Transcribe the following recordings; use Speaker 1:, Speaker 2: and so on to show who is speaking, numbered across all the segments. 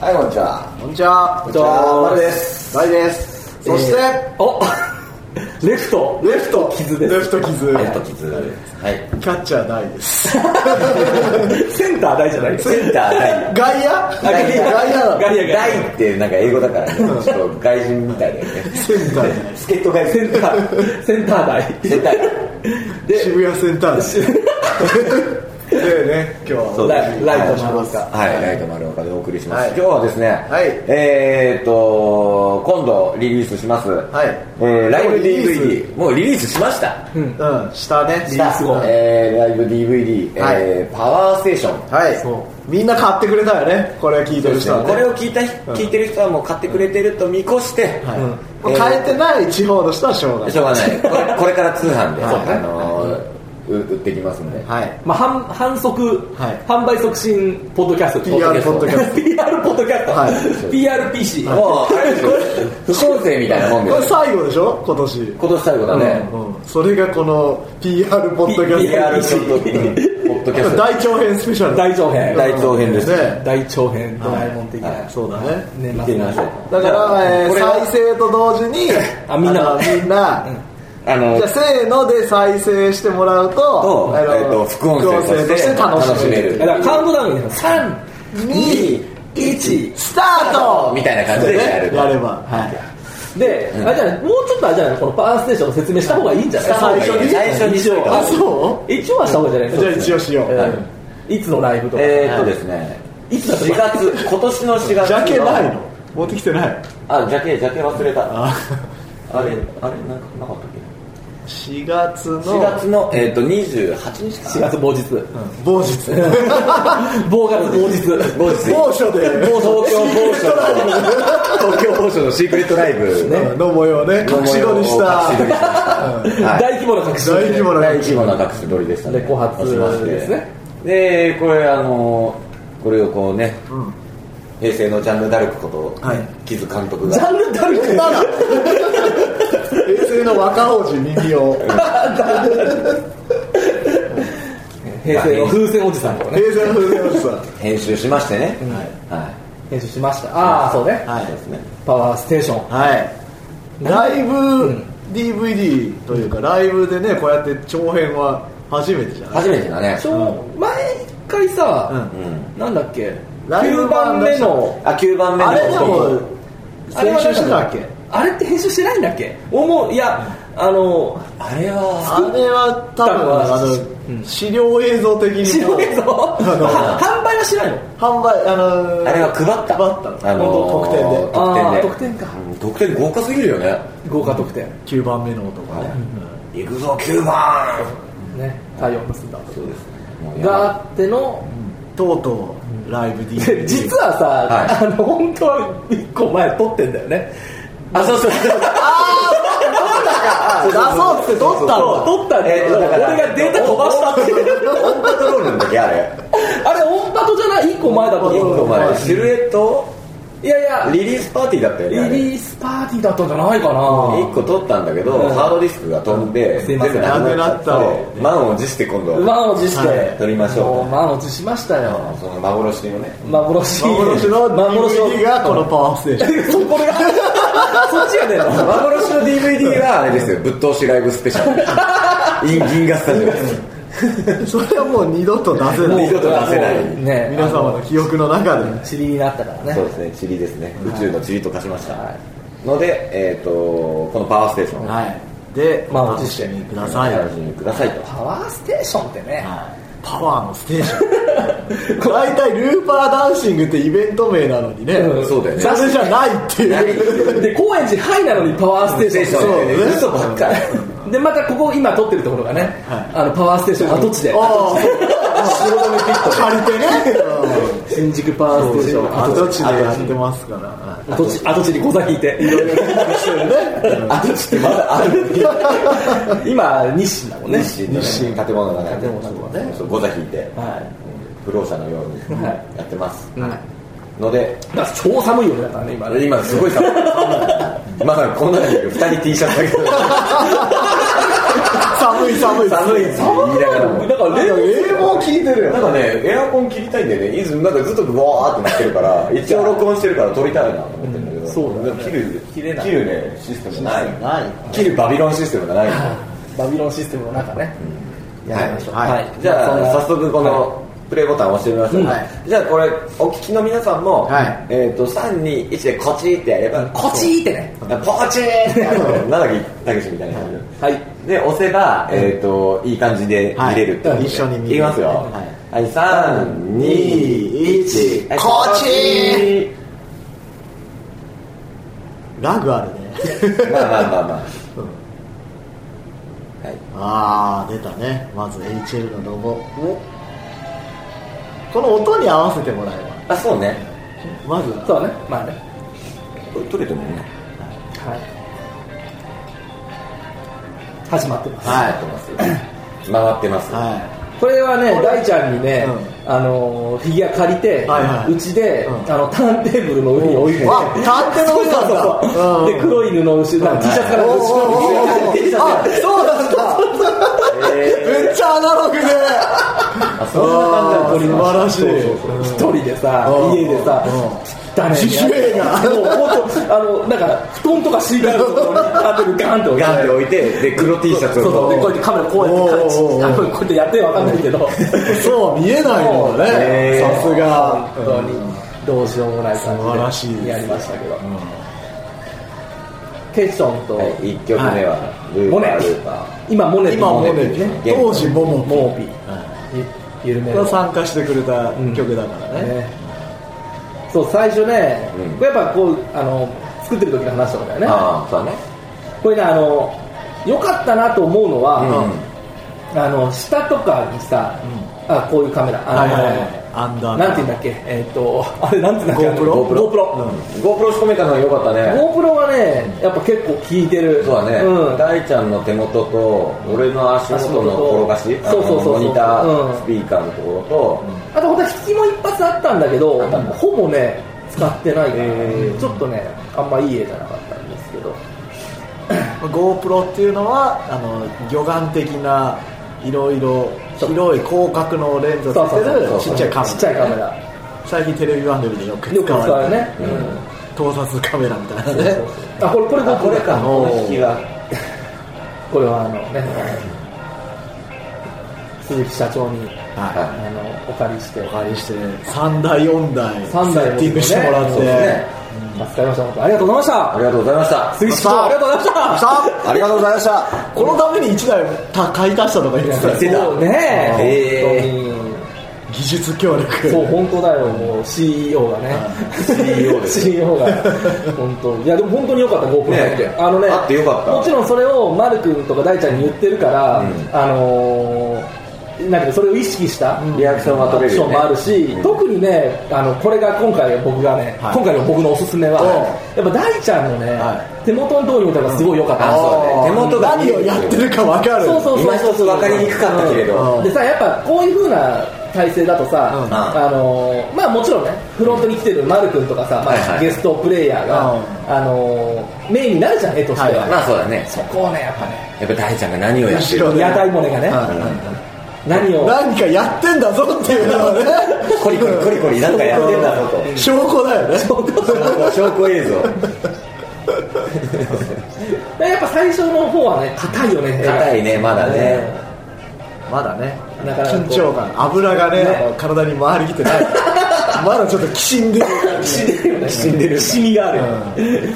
Speaker 1: はい、こんにちは。
Speaker 2: こんにちは。
Speaker 1: こんにちは丸です
Speaker 2: 丸です。
Speaker 1: そして
Speaker 2: えーお レフト。レフト傷です。レフト傷。
Speaker 1: レフト傷。はい。
Speaker 2: キャッチャー大です。
Speaker 3: センター大じゃない
Speaker 1: センター大。外
Speaker 2: 外野
Speaker 1: 野
Speaker 2: 外野なの
Speaker 3: 外野
Speaker 1: 大ってなんか英語だからね、ちょっと外人みたいだよね。
Speaker 2: センター
Speaker 1: 助っ人外
Speaker 3: センタ ー、センター大。
Speaker 1: センター
Speaker 2: 大。渋谷センター です。だよね、今日は。
Speaker 1: そう
Speaker 3: ライライト
Speaker 2: は
Speaker 3: の
Speaker 2: い
Speaker 3: か。
Speaker 1: はい、ライト丸岡でお送りします。
Speaker 2: はい
Speaker 1: 今日はですね、
Speaker 2: はい
Speaker 1: えーっと、今度リリースします、
Speaker 2: い
Speaker 1: えーライブ
Speaker 2: もうリリー
Speaker 1: DVD、もうリリースしました。
Speaker 2: うん、下ね。
Speaker 1: した
Speaker 2: リリース後
Speaker 1: えーライブ DVD、
Speaker 2: はい
Speaker 1: えーパワーステーション。
Speaker 2: はい。みんな買ってくれたよね、これ聞いてる人はね。
Speaker 1: これを聞いた、聞いてる人はもう買ってくれてると見越して、
Speaker 2: はい
Speaker 1: えー
Speaker 2: 買えてない地方の人はしょうがない
Speaker 1: し。ょうがない。こ れこれから通販で、
Speaker 2: はい
Speaker 1: あのーう売ってきますんで。
Speaker 2: はい。
Speaker 3: まあ、反反則、
Speaker 2: はい
Speaker 3: 販売促進ポッドキャスト
Speaker 2: PR
Speaker 1: ポッドキャス
Speaker 2: ト
Speaker 3: PR ポッドキャスト、
Speaker 2: はい
Speaker 3: PRPC、
Speaker 1: もう、あれですよ不公正みたいなもんで
Speaker 2: これ
Speaker 1: すよ。
Speaker 2: 最後でしょ、今年。
Speaker 1: 今年最後だね。
Speaker 2: うんうんそれがこの PR ポッドキャスト
Speaker 1: PR ちょっと
Speaker 3: PR
Speaker 1: ポッドキャスト。
Speaker 2: 大長編スペシャル
Speaker 3: 大長編
Speaker 1: 大長編です
Speaker 2: ね
Speaker 3: 大長編ドラえもん的な、
Speaker 1: はい
Speaker 2: そうだね
Speaker 3: ね
Speaker 1: 見てみましょう
Speaker 2: だから、えー
Speaker 1: これは
Speaker 2: 再生と同時に
Speaker 3: あみんな
Speaker 2: あのみんな
Speaker 1: あの
Speaker 2: じゃあせーので再生してもらうと
Speaker 1: と
Speaker 2: あの
Speaker 1: えーと副音声として
Speaker 2: 副楽しめ
Speaker 1: 楽しめる
Speaker 2: る
Speaker 3: だからカウントダウンに3
Speaker 2: 2
Speaker 3: 1
Speaker 2: スタート
Speaker 1: みたいな感じでやる
Speaker 2: ねやればはい
Speaker 3: で、あれじゃないもうちょっとあれじゃないこのパワーステーションの説明した方がいいんじゃない
Speaker 1: した方がいい最初に
Speaker 3: 一応
Speaker 2: あそ
Speaker 3: 一応はした方がいいんじゃない
Speaker 2: じゃあ一応しよう
Speaker 3: えーいつのライブとか、
Speaker 1: えーっとですね、
Speaker 3: いつだと
Speaker 1: 4月、今年の4
Speaker 2: う
Speaker 1: 月
Speaker 2: ジャケない
Speaker 1: の
Speaker 2: の持ってきてない
Speaker 1: あ、ジャケ、ジャケ忘れた。あれ、
Speaker 2: あ
Speaker 1: あれ、なんかなかったっ
Speaker 2: 4月の
Speaker 1: け ?4 月の、えーっと、28日か
Speaker 3: 4
Speaker 1: な
Speaker 3: 月某日
Speaker 2: 某日
Speaker 1: 東京某所の、
Speaker 2: 某所で
Speaker 3: 某月某日某日
Speaker 1: 東京某所のシークレットライブの
Speaker 2: の模様ね隠し撮りした
Speaker 1: 隠し撮りしましたはい
Speaker 3: 大規模な確信
Speaker 2: 大規模な
Speaker 1: 大規 模な隠し撮りでしたね
Speaker 3: で後発
Speaker 1: をしまして
Speaker 3: ですね
Speaker 1: でこれあのこれをこうね、平成のジャンヌ・ダルクこと、
Speaker 2: はい
Speaker 1: キズ監督
Speaker 3: ジャ
Speaker 1: が
Speaker 3: ンルダルク
Speaker 2: なら平成の若王子耳を
Speaker 3: 平成の風船おじさんとかね
Speaker 2: 平成の風船おじさん
Speaker 1: 編集しましてね、
Speaker 3: ん
Speaker 1: は
Speaker 3: 編集しましたああそうね
Speaker 1: いそうですね
Speaker 3: パワーステーション
Speaker 2: はいライブ DVD というかライブでねこうやって長編は初めてじゃない
Speaker 1: 初めてだね
Speaker 3: ちょ前一回さ
Speaker 2: う
Speaker 3: なんだっけ
Speaker 2: ライブ
Speaker 3: 9
Speaker 2: 版
Speaker 3: 番
Speaker 2: 出
Speaker 3: 目
Speaker 2: した
Speaker 3: の
Speaker 1: あ9番目の
Speaker 2: あれでも
Speaker 3: あれ
Speaker 2: 編
Speaker 3: はなん
Speaker 2: 集
Speaker 3: か
Speaker 2: してたっけ
Speaker 3: あれって編集してないんだっけ思ういやあの
Speaker 1: あれは
Speaker 2: あれは多
Speaker 3: 多分
Speaker 2: 分あの資料映像的にも
Speaker 3: 白いぞ は販売はしないの
Speaker 2: 販売あの
Speaker 1: あれは配った
Speaker 2: 配った
Speaker 1: あ
Speaker 2: の
Speaker 1: の
Speaker 2: 本当特典で
Speaker 3: あ
Speaker 1: 特
Speaker 3: ー特
Speaker 1: 典
Speaker 3: 典
Speaker 1: で
Speaker 3: か
Speaker 1: うん特典豪華すぎるよね
Speaker 3: 豪華特典
Speaker 2: 9番目の男ね
Speaker 1: 行くぞ9番
Speaker 3: ね太陽のスんだ
Speaker 1: そうですもうやばい
Speaker 3: があっての
Speaker 2: とうとうライブ DVD
Speaker 3: 実はさ、
Speaker 1: は
Speaker 3: あの本当は1個前撮ってんだよね
Speaker 1: あそうそうそう
Speaker 2: 出そうって撮った
Speaker 3: そう
Speaker 2: の
Speaker 3: 撮ったんだけど、俺がデータ飛ばしたっていう
Speaker 1: オンパトロールの時あれ
Speaker 3: あれオンパトじゃない1個前だと
Speaker 2: 一
Speaker 1: お
Speaker 3: 思
Speaker 2: 個
Speaker 3: う
Speaker 2: 前
Speaker 1: 前シルエット
Speaker 3: いやいや
Speaker 1: リリースパーティーだったよねあれ
Speaker 3: リリースパーティーだったんじゃないか
Speaker 1: 1
Speaker 3: な
Speaker 1: 個取ったんだけど、
Speaker 3: うん
Speaker 1: ハードディスクが飛んで、
Speaker 3: すいません
Speaker 2: なくな
Speaker 1: そう満を持して今度
Speaker 3: 満を持して、
Speaker 2: はい
Speaker 1: 撮りましょう
Speaker 3: も満を持しましたよ
Speaker 1: その幻のね
Speaker 3: 幻
Speaker 2: 幻の DVD がこのパワーステーション
Speaker 3: そこがそっちが出るの
Speaker 1: 幻の DVD があれですよぶっ通しライブスペシ ャルイン銀河スタジオです
Speaker 2: それはもう二度と出せない
Speaker 1: 二度と出せない
Speaker 3: ね
Speaker 2: 皆様の記憶の中で
Speaker 3: 知りになったからね
Speaker 1: そうですね塵ですね宇宙の塵と化しました、ので、えー、とこのパワーステーション、
Speaker 2: はいで
Speaker 3: まあ
Speaker 2: お楽しみください
Speaker 1: お楽しみくださいと
Speaker 3: パワーステーションってね、
Speaker 2: はいパワーのステーション大体ルーパーダンシングってイベント名なのにね
Speaker 3: うん
Speaker 1: そうだよね
Speaker 2: それじゃないって いう
Speaker 3: で高円寺ハイなのにパワーステーショ
Speaker 1: ステー
Speaker 3: ン
Speaker 1: ション
Speaker 2: ね
Speaker 1: ね嘘ばっかり
Speaker 3: でまたここ今撮ってるところがね、
Speaker 2: はい
Speaker 3: あのパワーステーション跡地で
Speaker 2: ああ白米ピット借りてね
Speaker 3: 新宿パワーステーション跡
Speaker 2: 跡地でやってますからはい
Speaker 3: 地跡地跡地に小崎いて
Speaker 1: 跡地ってまだある
Speaker 3: 今日清だもんね
Speaker 1: 日清のね
Speaker 2: 日清
Speaker 1: 建物がね
Speaker 3: 建物がね
Speaker 1: そうゴザ引いて
Speaker 3: は
Speaker 1: 不老者のように
Speaker 3: は
Speaker 1: やってます、
Speaker 3: い、うん
Speaker 1: ので
Speaker 3: だから超寒いよねだからね今ね
Speaker 1: 今すごい寒いまだこの中にいる2人 T シャツだけど
Speaker 2: 寒い寒い
Speaker 1: 寒いって言いながらも
Speaker 3: だから冷房
Speaker 2: 冷房効いてるよ
Speaker 1: なんかねエアコン切りたいんだよねいつもなんかずっとわーってなってるから一応録音してるから撮りたいなと思ってるんだけど、
Speaker 3: そうだね
Speaker 1: 切る
Speaker 3: 切れない
Speaker 1: 切るねシステムがない
Speaker 2: ない
Speaker 1: 切るバビロンシステムがない
Speaker 3: バビロンシステムの中ね、やりましょう
Speaker 2: はい
Speaker 1: じゃあ
Speaker 3: まそんな
Speaker 1: 早速このプレイボタンを押してみましょう、
Speaker 2: はい
Speaker 1: じゃあこれお聞きの皆さんも、
Speaker 2: はい
Speaker 1: えっ、と321でコチーってやれば
Speaker 3: こちーってね
Speaker 1: ポチーってやるのなんだっけたけしみたいな感じ
Speaker 3: はい
Speaker 1: で押せば、えっ、といい感じで見れるってことで、
Speaker 2: はい一緒に見れる
Speaker 1: いきますよ
Speaker 2: は
Speaker 1: はい、三二一
Speaker 2: こっちラグあるね
Speaker 1: まあまあまあまあ、はい
Speaker 2: ああ出たねまず HL のロゴをこの音に合わせてもらえ
Speaker 1: あそうね
Speaker 2: ばまずは
Speaker 3: そうだねまあね
Speaker 1: これ取れてもね
Speaker 3: はい始まってます、
Speaker 2: はい
Speaker 1: 回ってますよ回ってます、
Speaker 2: は
Speaker 3: これはね
Speaker 2: これ
Speaker 3: 大ちゃんにね、
Speaker 2: う
Speaker 3: あのーフィギュア借りてうち、
Speaker 2: はいはいう
Speaker 3: で、
Speaker 2: うん
Speaker 3: あのターンテーブルの上に置いて、
Speaker 2: うんわターンテーブルなんだ
Speaker 3: そうそうそう
Speaker 2: うん
Speaker 3: で黒い布を後ろなんか T シャツから
Speaker 2: おーおーおーおー
Speaker 3: T シャツから
Speaker 2: あそうなんだいめっちゃアナログで
Speaker 1: あそんな感じで取りました
Speaker 2: 素晴らしい
Speaker 1: そうそうそう
Speaker 2: うん
Speaker 3: 一人でさ
Speaker 2: うん
Speaker 3: 家でさ
Speaker 2: うん
Speaker 3: 誰に
Speaker 2: ひでえな
Speaker 3: でも本当あのなんか布団とか敷いてあるところにターンテーブルガンって置いて
Speaker 1: ガンで置いてで黒 T シャツ
Speaker 3: そうそう
Speaker 1: を
Speaker 3: でこうやってカメラこうやって感
Speaker 2: おーおー
Speaker 3: じ
Speaker 2: おー
Speaker 3: あこれこうやってやってわかんないけど
Speaker 2: そう見えないもんね
Speaker 1: へー
Speaker 2: さすが
Speaker 3: 本当にどうしようもない
Speaker 2: 素晴ら
Speaker 3: 感
Speaker 2: し
Speaker 3: じ
Speaker 2: いです
Speaker 3: でやりましたけどケッションと
Speaker 1: はい一曲目はルーパー
Speaker 3: モネ
Speaker 1: ルーパ
Speaker 3: 今モネ
Speaker 2: 今モネ
Speaker 1: ね
Speaker 2: ね当時モモ
Speaker 3: モービ
Speaker 2: は
Speaker 3: ーゆ緩め
Speaker 2: い
Speaker 3: る
Speaker 2: が参加してくれた曲だからね
Speaker 3: ねそう最初ね
Speaker 1: うん
Speaker 3: これやっぱこうあの作ってる時の話とかだよね
Speaker 1: ああそうだね
Speaker 3: これねあの良かったなと思うのはあの下とかにさあこういうカメラ
Speaker 2: はいはいは
Speaker 3: あ
Speaker 2: いアンダ
Speaker 3: の
Speaker 2: ー
Speaker 3: なんていうんだっけえっとあれなんていうんだっけ
Speaker 2: GoPro
Speaker 3: GoPro
Speaker 2: うん
Speaker 1: GoPro 仕込めたのは良かったね
Speaker 3: GoPro はねやっぱ結構効いてる
Speaker 1: そうだね、
Speaker 3: うん
Speaker 1: 大ちゃんの手元と俺の足元の転がし
Speaker 3: 足
Speaker 1: あ
Speaker 3: 元と
Speaker 1: の
Speaker 3: そうそうそうそう
Speaker 1: モニタ
Speaker 3: うん
Speaker 1: ースピーカーのところと、
Speaker 3: あと本当は引きも一発あったんだけど、ほぼね使ってないから、ちょっとねあんまいい絵じゃなかったんですけど
Speaker 2: GoPro っていうのはあの魚眼的ないろいろ広い広角のレンズをつけ
Speaker 1: そ
Speaker 2: る
Speaker 1: う
Speaker 2: ちっちゃいカメラ
Speaker 3: ちっちゃいカメラ
Speaker 2: 最近テレビ番組でよく
Speaker 3: よく
Speaker 2: 使
Speaker 3: 使
Speaker 2: わ
Speaker 3: う
Speaker 2: れて
Speaker 3: ね、うん
Speaker 2: 盗撮カメラみたいな
Speaker 3: そう
Speaker 2: ね
Speaker 3: そうそうあこれこれ
Speaker 1: あこれか
Speaker 2: おー
Speaker 1: この引きが
Speaker 3: これはあのね鈴木社長にあ
Speaker 2: は
Speaker 3: のお借りして
Speaker 2: いお借りして3台4台
Speaker 3: 3台
Speaker 2: セッティングしてもらっ
Speaker 1: そうですね
Speaker 2: て
Speaker 3: 助かりました本当ありがとうござい
Speaker 1: あ
Speaker 3: まし
Speaker 1: りがとうございました
Speaker 3: 鈴木社長ありがとうございました
Speaker 2: ありがとうございましたこのために1台た買い足したとか言ってた
Speaker 1: 出た
Speaker 3: そうね
Speaker 1: へー
Speaker 3: 本当に
Speaker 2: 技術協力
Speaker 3: そう本当だよもう CEO がね
Speaker 1: CEO です
Speaker 3: CEO が本当いやでも本当に良かった GoPro
Speaker 1: ね
Speaker 3: 入ってあのね
Speaker 1: あって良かった
Speaker 3: もちろんそれをマル君とか大ちゃんに言ってるから、
Speaker 1: ん
Speaker 3: あのーなんかそれを意識した
Speaker 1: リアクションが取れるよね
Speaker 3: アクショ
Speaker 1: う
Speaker 3: ンもあるし、
Speaker 1: ん
Speaker 3: 特にねあのこれが今回僕がね、
Speaker 2: はい
Speaker 3: 今回の僕のおすすめは、
Speaker 2: う
Speaker 3: やっぱ大ちゃんのね、
Speaker 2: は
Speaker 3: 手元の通り見たのがすごい良かったんですよね、
Speaker 1: あー
Speaker 3: 手元が
Speaker 2: 何をやってるか分かる
Speaker 3: そうそうそう
Speaker 1: 今一つ分かりにくかったけれど
Speaker 2: うん
Speaker 3: でさやっぱこういう風な体制だとさ、
Speaker 2: うん
Speaker 3: あのーまあもちろんねフロントに来てるマル君とかさ、まあ
Speaker 1: はいはい
Speaker 3: ゲストプレイヤーが、
Speaker 2: うん
Speaker 3: あのーメインになるじゃん絵としては、
Speaker 2: はい
Speaker 1: ま
Speaker 2: はい
Speaker 1: あそうだね
Speaker 3: そこをねやっぱね
Speaker 1: やっぱ大ちゃんが何をやってるか
Speaker 2: 後ろで
Speaker 3: 屋台骨がね、何を
Speaker 2: 何かやってんだぞっていうのはね
Speaker 1: コリコリコリコリなんかやってんだぞと
Speaker 2: 証拠だよね
Speaker 1: 証拠映像
Speaker 3: やっぱ最初の方はね硬いよね
Speaker 1: 硬いねまだね
Speaker 2: まだね
Speaker 3: なかなかこう
Speaker 2: 緊張 感油がね
Speaker 3: ね
Speaker 2: 体に回りきってない まだちょっときしんでる
Speaker 3: きしんでるよねき
Speaker 1: しんでる
Speaker 3: しみがあるよね、
Speaker 2: う
Speaker 3: そうそう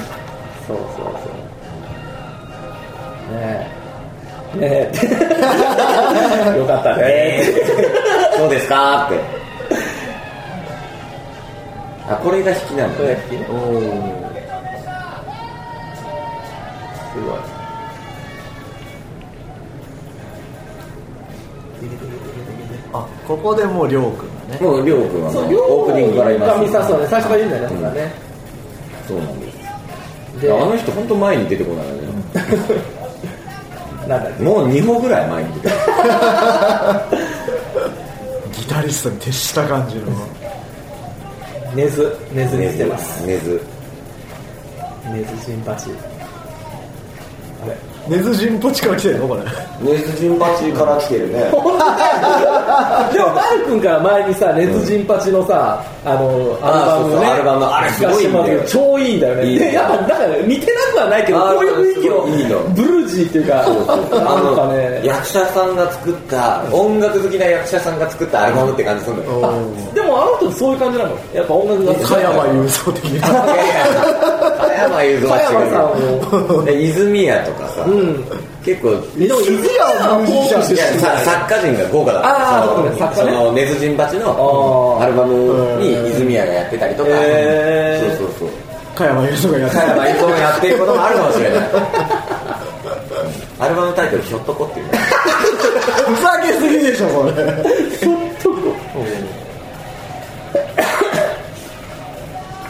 Speaker 3: そうねえね えよかったね、
Speaker 1: えー そうですかーってあこれが引きなんだ
Speaker 3: これ
Speaker 1: ね
Speaker 3: が引き
Speaker 2: おー
Speaker 3: すごい。
Speaker 2: あここでもう亮君がね
Speaker 1: もうりょうくんは
Speaker 3: そう、
Speaker 1: ねオープニングからいます
Speaker 3: 見さそうね、最初から言うんだよね、
Speaker 1: う
Speaker 3: ほ
Speaker 1: ん
Speaker 3: らね。
Speaker 1: そうなんです
Speaker 3: で、
Speaker 1: あの人本当前に出てこないよね
Speaker 3: なんだっ
Speaker 1: もう2歩ぐらい前に出てこ
Speaker 2: ギタリストに徹した感じの
Speaker 3: け根津根津にしてます
Speaker 1: 根津
Speaker 3: 根津新八あれ
Speaker 2: 根津陣ポチから来てるのこれ
Speaker 1: 根津陣八から来てるね
Speaker 3: 本当だよでもバル君から前にさ「レズジンパチ」のさ、あのアルバムね
Speaker 1: そうそうアルバムあれすごいんだよ
Speaker 3: 聞かせてもらったけど超いいんだよね
Speaker 1: いい
Speaker 3: でやっぱだから似てなくはないけど
Speaker 1: あー
Speaker 3: こういう雰囲気を
Speaker 1: すごいいいの
Speaker 3: ブルージーっていうか
Speaker 1: あ
Speaker 3: なんか
Speaker 1: の、
Speaker 3: ね
Speaker 1: 役者さんが作った音楽好きな役者さんが作ったアルバムって感じするんだよ
Speaker 3: でもあの人そういう感じなのやっぱ音楽が好き
Speaker 2: 加山雄三的
Speaker 1: やいや加山
Speaker 2: ない
Speaker 1: 雄三
Speaker 3: 加山さん
Speaker 1: は違う
Speaker 3: も
Speaker 1: で泉谷とかさ、
Speaker 3: ん
Speaker 1: 結構
Speaker 3: でも泉谷はフォーク
Speaker 1: いや
Speaker 3: 出身
Speaker 1: さ作家陣が豪華だった
Speaker 3: あー
Speaker 1: その
Speaker 3: そうか作家ね
Speaker 1: その根津陣八
Speaker 3: あ
Speaker 1: の
Speaker 3: ー
Speaker 1: アルバムに泉谷がやってたりとか、
Speaker 3: へー
Speaker 1: そうそうそう
Speaker 2: 加山雄三がやって
Speaker 1: 加
Speaker 2: る
Speaker 1: 山雄三がやってることもあるかもしれないアルバムタイトル「ひょっとこ」っていうね
Speaker 2: ふざけすぎでしょそれ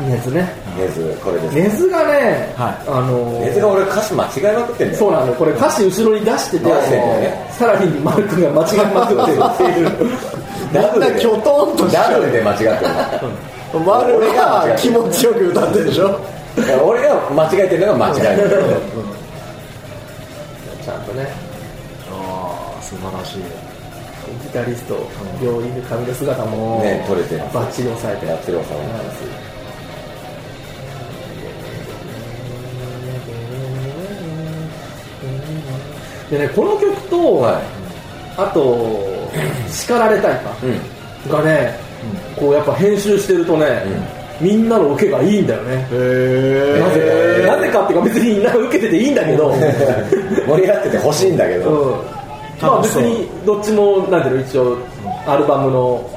Speaker 3: 根津ね
Speaker 1: 根津これです
Speaker 3: 根津がね、
Speaker 2: はい
Speaker 3: あのー
Speaker 1: 根津が俺歌詞間違いまくってんだよ
Speaker 3: そうなのこれ歌詞後ろに出してて
Speaker 1: 出してんだよね
Speaker 3: さらにマル君が間違いまくってるっていう
Speaker 1: ダブル
Speaker 2: だ
Speaker 1: で
Speaker 2: きょとんとし
Speaker 1: ダブ
Speaker 2: て
Speaker 1: ルで間違ってる
Speaker 2: る丸が 気持ちよく歌ってるでしょ
Speaker 1: だから俺が間違えてるのが間違いなんだけど ちゃんとね
Speaker 2: ああ素晴らしい
Speaker 3: ギタリスト病院で髪の姿も、
Speaker 1: ね撮れてる
Speaker 3: バッチリ抑えて
Speaker 1: やってるおさま
Speaker 3: でねこの曲と、
Speaker 1: は
Speaker 3: あと「叱られたいか」
Speaker 1: いうん
Speaker 3: がね、こうやっぱ編集してるとね、みんなの受けがいいんだよね、
Speaker 2: へ
Speaker 3: なぜかなぜかっていうか別にみんな受けてていいんだけど、うん、
Speaker 1: 盛り上がってて欲しいんだけど、
Speaker 3: まあ別にどっちもなんていうの一応アルバムの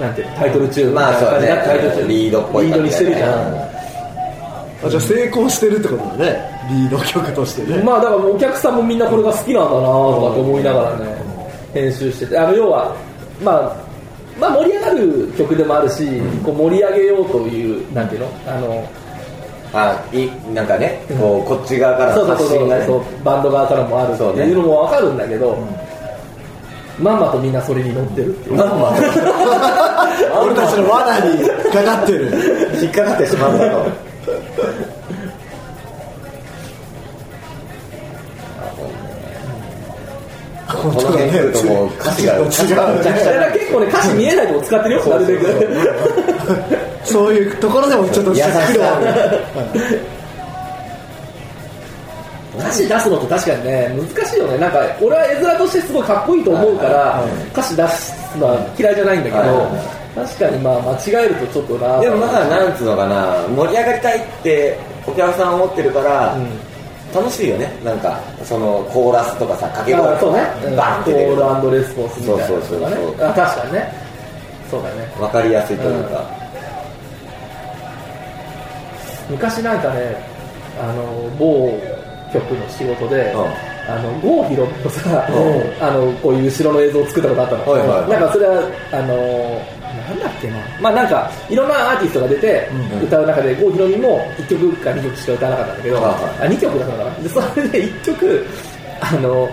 Speaker 3: なんていうのタイトル中
Speaker 1: まあそうだね
Speaker 3: タイトル中
Speaker 1: リードっぽい
Speaker 3: リードにしてるじゃん、
Speaker 2: あじゃあ成功してるってことだねリード曲としてね
Speaker 3: まあだからお客さんもみんなこれが好きなんだなとかと思いながらね編集しててあの要は、まあ、まあ盛り上がる曲でもあるし、こう盛り上げようというなんていうのあの
Speaker 1: あいなんかねこうこっち側から
Speaker 3: そう
Speaker 1: の
Speaker 3: そう
Speaker 1: 発
Speaker 3: そう
Speaker 1: 信がね
Speaker 3: そうバンド側からもあるって
Speaker 1: そうね
Speaker 3: いうのも分かるんだけど、まんまとみんなそれに乗ってるっていう、
Speaker 1: まんまと
Speaker 2: 俺たちの罠にかかってる
Speaker 1: 引っかかってしまうんだと
Speaker 2: こ
Speaker 1: この辺来るともう歌詞が
Speaker 2: 違う
Speaker 3: それが結構ね歌詞見えないとこ使ってるよなる
Speaker 1: そ
Speaker 3: べ
Speaker 1: うそう
Speaker 3: く
Speaker 2: そういうところでもちょっとしっくりは
Speaker 3: 歌詞出すのって確かにね難しいよねなんか俺は絵面としてすごいかっこいいと思うから歌詞出すのは嫌いじゃないんだけ
Speaker 1: はい
Speaker 3: ど
Speaker 1: はい
Speaker 3: 確かにまあ間違えるとちょっとな
Speaker 1: でもまあなんつうのかな盛り上がりたいってお客さん思ってるから、
Speaker 3: うん
Speaker 1: 楽しいよねなんかそのコーラスとかさ掛け声
Speaker 3: あそうね
Speaker 1: バンって出
Speaker 3: コ
Speaker 1: る
Speaker 3: ールレスポンスみたいなの
Speaker 1: そうそう
Speaker 3: がね
Speaker 1: そうそう
Speaker 3: あ確かにねそうだね
Speaker 1: わかりやすいというか、
Speaker 3: 昔なんかねあの某局の仕事で、
Speaker 1: うん
Speaker 3: あの郷ひろみのさ、
Speaker 1: う
Speaker 3: あのこういう後ろの映像を作ったことあったの、
Speaker 1: はいはいはい
Speaker 3: なんかそれはあのなんだっけなまあなんかいろんなアーティストが出て、
Speaker 1: うん
Speaker 3: 歌う中で郷ひろみも1曲か2曲しか歌わなかったんだけど、
Speaker 1: はいは
Speaker 3: あ2曲だったのかなでそれで1曲あの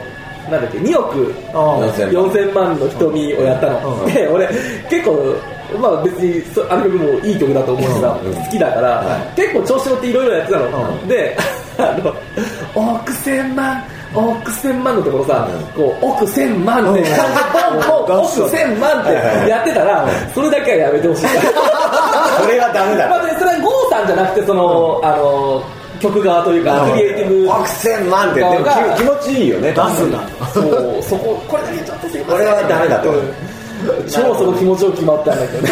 Speaker 3: なんだっけ2億
Speaker 2: あ
Speaker 1: 4000
Speaker 3: 4000万の瞳をやったの、
Speaker 2: うん
Speaker 3: で俺結構まあ別にそあの曲もいい曲だと思うしさ、
Speaker 1: うん
Speaker 3: 好きだから、
Speaker 1: は
Speaker 3: 結構調子乗っていろいろやってたの、
Speaker 2: う
Speaker 3: で あの億千万億千万のところさ、
Speaker 1: うん
Speaker 3: こう億千万って、
Speaker 2: うん
Speaker 3: ポンポン 億千万ってやってたら、それだけはやめ てほしい
Speaker 1: それはダメ
Speaker 3: まあ
Speaker 1: だ
Speaker 3: でそれは郷さんじゃなくてその、あの曲側という
Speaker 1: なる
Speaker 3: か
Speaker 1: ほ
Speaker 3: ク
Speaker 1: ど
Speaker 3: リエイティブ
Speaker 1: 億千万ってでも
Speaker 3: 側が
Speaker 1: 気気持ちいいよね
Speaker 2: 出すな
Speaker 3: そうそここれだけちょっとすいませ
Speaker 1: こ
Speaker 3: ん
Speaker 1: れはダメだと
Speaker 3: うん超その気持ちよく決まったんだけどね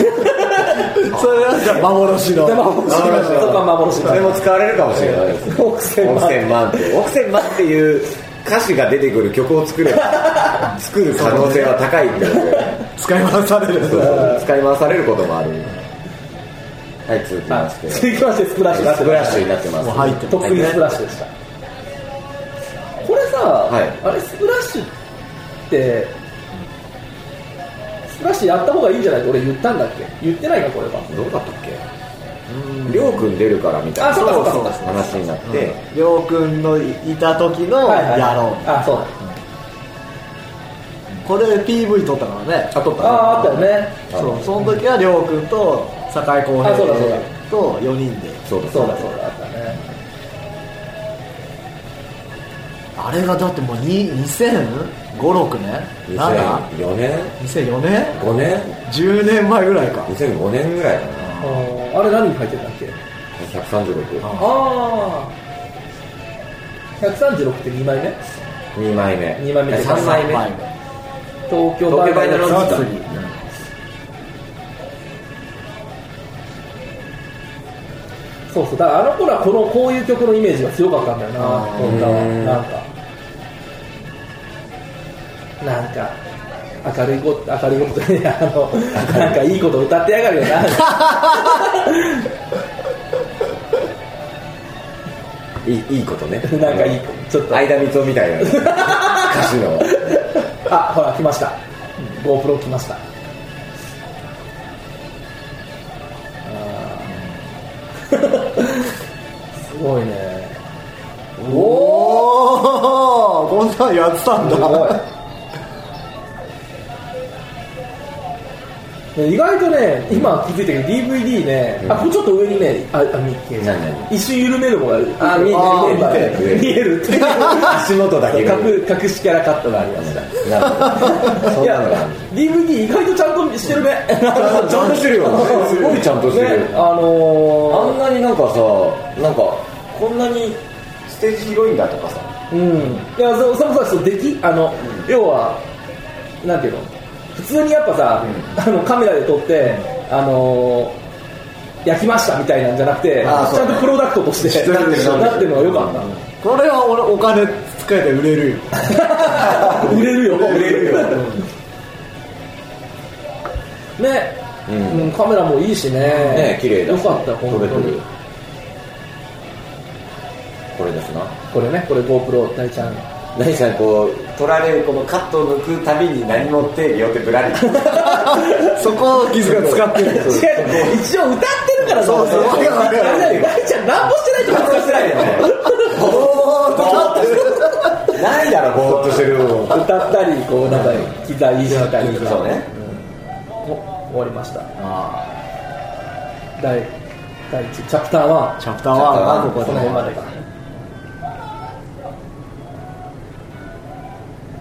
Speaker 2: それはじゃあ幻の
Speaker 3: でも幻
Speaker 1: 幻
Speaker 3: のそこは幻
Speaker 1: それも使われるかもしれないです
Speaker 3: 億千万
Speaker 1: 億千万って億千万っていう歌詞が出てくる曲を作れば作る可能性は高いってことで
Speaker 2: 使い回される
Speaker 1: そうそう使い回されることもあるはい続きまして
Speaker 3: 続きましてスプラッシュ
Speaker 1: スプラッシュになってます
Speaker 2: もう入ってます
Speaker 3: とっくにスプラッシュでしたこれさ、
Speaker 1: い
Speaker 3: あれスプラッシュってスプラッシュやった方がいいんじゃないって俺言ったんだっけ言ってないかこれは
Speaker 1: どうだったっけりょうくん出るからみたいな
Speaker 3: あそうかそうかそうか
Speaker 1: 話になって、
Speaker 2: りょうくんのいた時の
Speaker 3: はいはい
Speaker 2: やろう
Speaker 3: あそうだ、
Speaker 2: これ PV 撮ったからね
Speaker 1: あ撮った
Speaker 3: あああったよね
Speaker 2: そうその時は亮君と酒井浩
Speaker 3: あそうだそうだ
Speaker 2: 平と4人で
Speaker 1: そうだ
Speaker 3: そうだそうだあったね
Speaker 2: あれがだってもう200556年7
Speaker 1: 2004年
Speaker 2: 2004年
Speaker 1: 5年
Speaker 2: 10年前ぐらいか
Speaker 1: 2005年ぐらいかな
Speaker 3: あれ何に入ってたっけ
Speaker 1: 136
Speaker 3: ああ136って2枚目
Speaker 1: 二枚目
Speaker 3: 二枚目
Speaker 1: 3枚目
Speaker 2: 前
Speaker 3: 東京
Speaker 1: 東京バイナロンジ
Speaker 2: さあ
Speaker 1: ー
Speaker 2: 次
Speaker 3: そうそうだからあの頃はこのこういう曲のイメージが強かったんだよな
Speaker 2: あー
Speaker 3: 本田は
Speaker 1: うん
Speaker 3: なんかなんか明るいこと明るいことじゃねえ やあのなんかいいこと歌ってやがるよな
Speaker 1: いいいい ことね
Speaker 3: なんかいいことちょっと
Speaker 1: 相田みつをみたい な歌手の
Speaker 3: あほら来ました GoPro 来ましたあー すごいね
Speaker 2: おおこんなんやってたん
Speaker 3: すごい
Speaker 2: だ
Speaker 3: ね意外とね、今気づいたけど DVD ね、あ、これちょっと上にね、あ、あ見えな
Speaker 1: 何
Speaker 3: い
Speaker 1: 何
Speaker 3: 一瞬緩めるのがある。
Speaker 1: あ見え
Speaker 3: あ
Speaker 1: てる
Speaker 3: 見え る。見えるっていう。
Speaker 1: 足元だけが
Speaker 3: 隠隠しキャラカットがありまし
Speaker 1: な
Speaker 3: た。
Speaker 1: るほどそ
Speaker 3: い
Speaker 1: んな
Speaker 3: や
Speaker 1: のがある、
Speaker 3: DVD 意外とちゃんとしてるね。ちゃ
Speaker 1: ちゃんとしてるよねすごいちゃんとして る
Speaker 3: あの
Speaker 1: あ
Speaker 3: ー
Speaker 1: んなになんかさなんかこんなにステージ広いんだとかさ
Speaker 3: うん、いやそそもそもそうできあの、要はなんていうの普通にやっぱさ、あのカメラで撮って、あのー焼きましたみたいなんじゃなくてち
Speaker 2: あ
Speaker 3: ゃ
Speaker 2: ーそうん
Speaker 3: とプロダクトとして
Speaker 2: な
Speaker 3: な
Speaker 2: っ
Speaker 3: ってて
Speaker 2: る
Speaker 3: る
Speaker 2: なってる
Speaker 3: のがよかった、
Speaker 2: これは俺お金使えて売れるよ
Speaker 3: 売れるよ売
Speaker 1: れるよ
Speaker 3: ね、
Speaker 1: うん
Speaker 3: うんカメラもいいしね
Speaker 1: ね綺麗だ
Speaker 3: よかった本
Speaker 1: 撮
Speaker 3: 当
Speaker 1: れてる
Speaker 3: に
Speaker 1: これですな
Speaker 3: これねこれ GoPro 大ちゃん
Speaker 1: 何さんこう取られるこのカットを抜くたびに何も手両手ぶ らり
Speaker 2: そこを気づく使って る
Speaker 3: 違う一応歌ってるから
Speaker 2: そうそう
Speaker 3: あれだよ大ちゃん何もしてないと恥ずかしくないよ
Speaker 2: おー使ってる
Speaker 1: ないだろぼーっとしてるの
Speaker 3: 歌ったりこうなんか機材いじったりとか
Speaker 1: そうね
Speaker 3: お終わりました
Speaker 2: あ
Speaker 3: 第第1チャプター1
Speaker 2: ーチャプター1がこ
Speaker 3: こ
Speaker 2: こ
Speaker 3: の辺ま
Speaker 2: で
Speaker 3: でか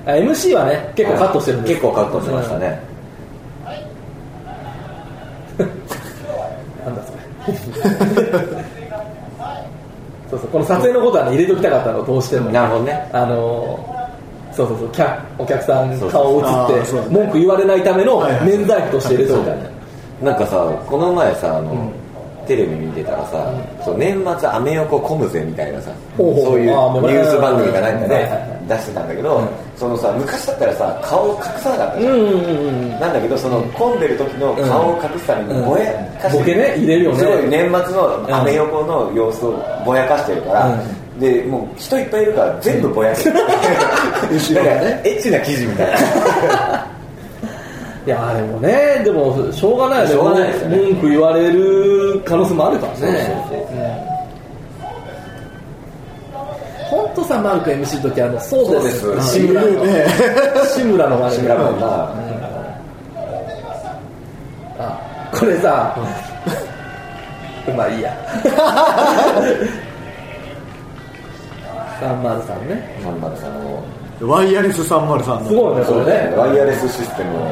Speaker 3: あ MC はね結構カットしてるんです
Speaker 1: 結構カットしましたね
Speaker 3: なんだそれそうそうこの撮影のことはね入れときたかったのどうしても
Speaker 1: なるほどね
Speaker 3: あのーそうそうそうキャお客さん
Speaker 1: そうそう
Speaker 3: 顔映
Speaker 2: あー
Speaker 3: っ
Speaker 2: そう
Speaker 3: て文句言われないための
Speaker 2: はいはい
Speaker 3: 免罪符として入れといたね
Speaker 1: なんかさこの前さあの、テレビ見てたらさ、そう年末アメ横混むぜみたいなさ、
Speaker 3: ほうほう
Speaker 1: そういうニ
Speaker 3: あーもう
Speaker 1: ュース番組かなんか
Speaker 3: はいはいは
Speaker 1: で出してたんだけど、そのさ昔だったらさ顔を隠さなかったじゃん
Speaker 3: うんうんうんうん
Speaker 1: なんだけどその混んでる時の顔を隠すためにぼやかして
Speaker 3: ボケね入れるよね
Speaker 1: すごい年末のアメ横の様子をぼやかしてるから、でもう人いっぱいいるから全部ぼや けてる、
Speaker 2: 後ろがね
Speaker 1: なんかエッチな記事みたい
Speaker 3: いやでもねでもしょうがないよね
Speaker 1: しょうがないですよね
Speaker 3: 文句言われる可能性もあるからね
Speaker 1: そうそうそう
Speaker 3: 本当さマルク MC の時あのそうです
Speaker 1: そうです
Speaker 3: 志村の
Speaker 2: いるね
Speaker 3: 志村の
Speaker 1: な
Speaker 3: 真
Speaker 1: 志
Speaker 3: 似
Speaker 1: 村君が、
Speaker 3: あこれさ、まあいいや303ね
Speaker 1: なんだろうその
Speaker 2: ワイヤレス303の
Speaker 3: すごいねこれね
Speaker 1: ワイヤレスシステムを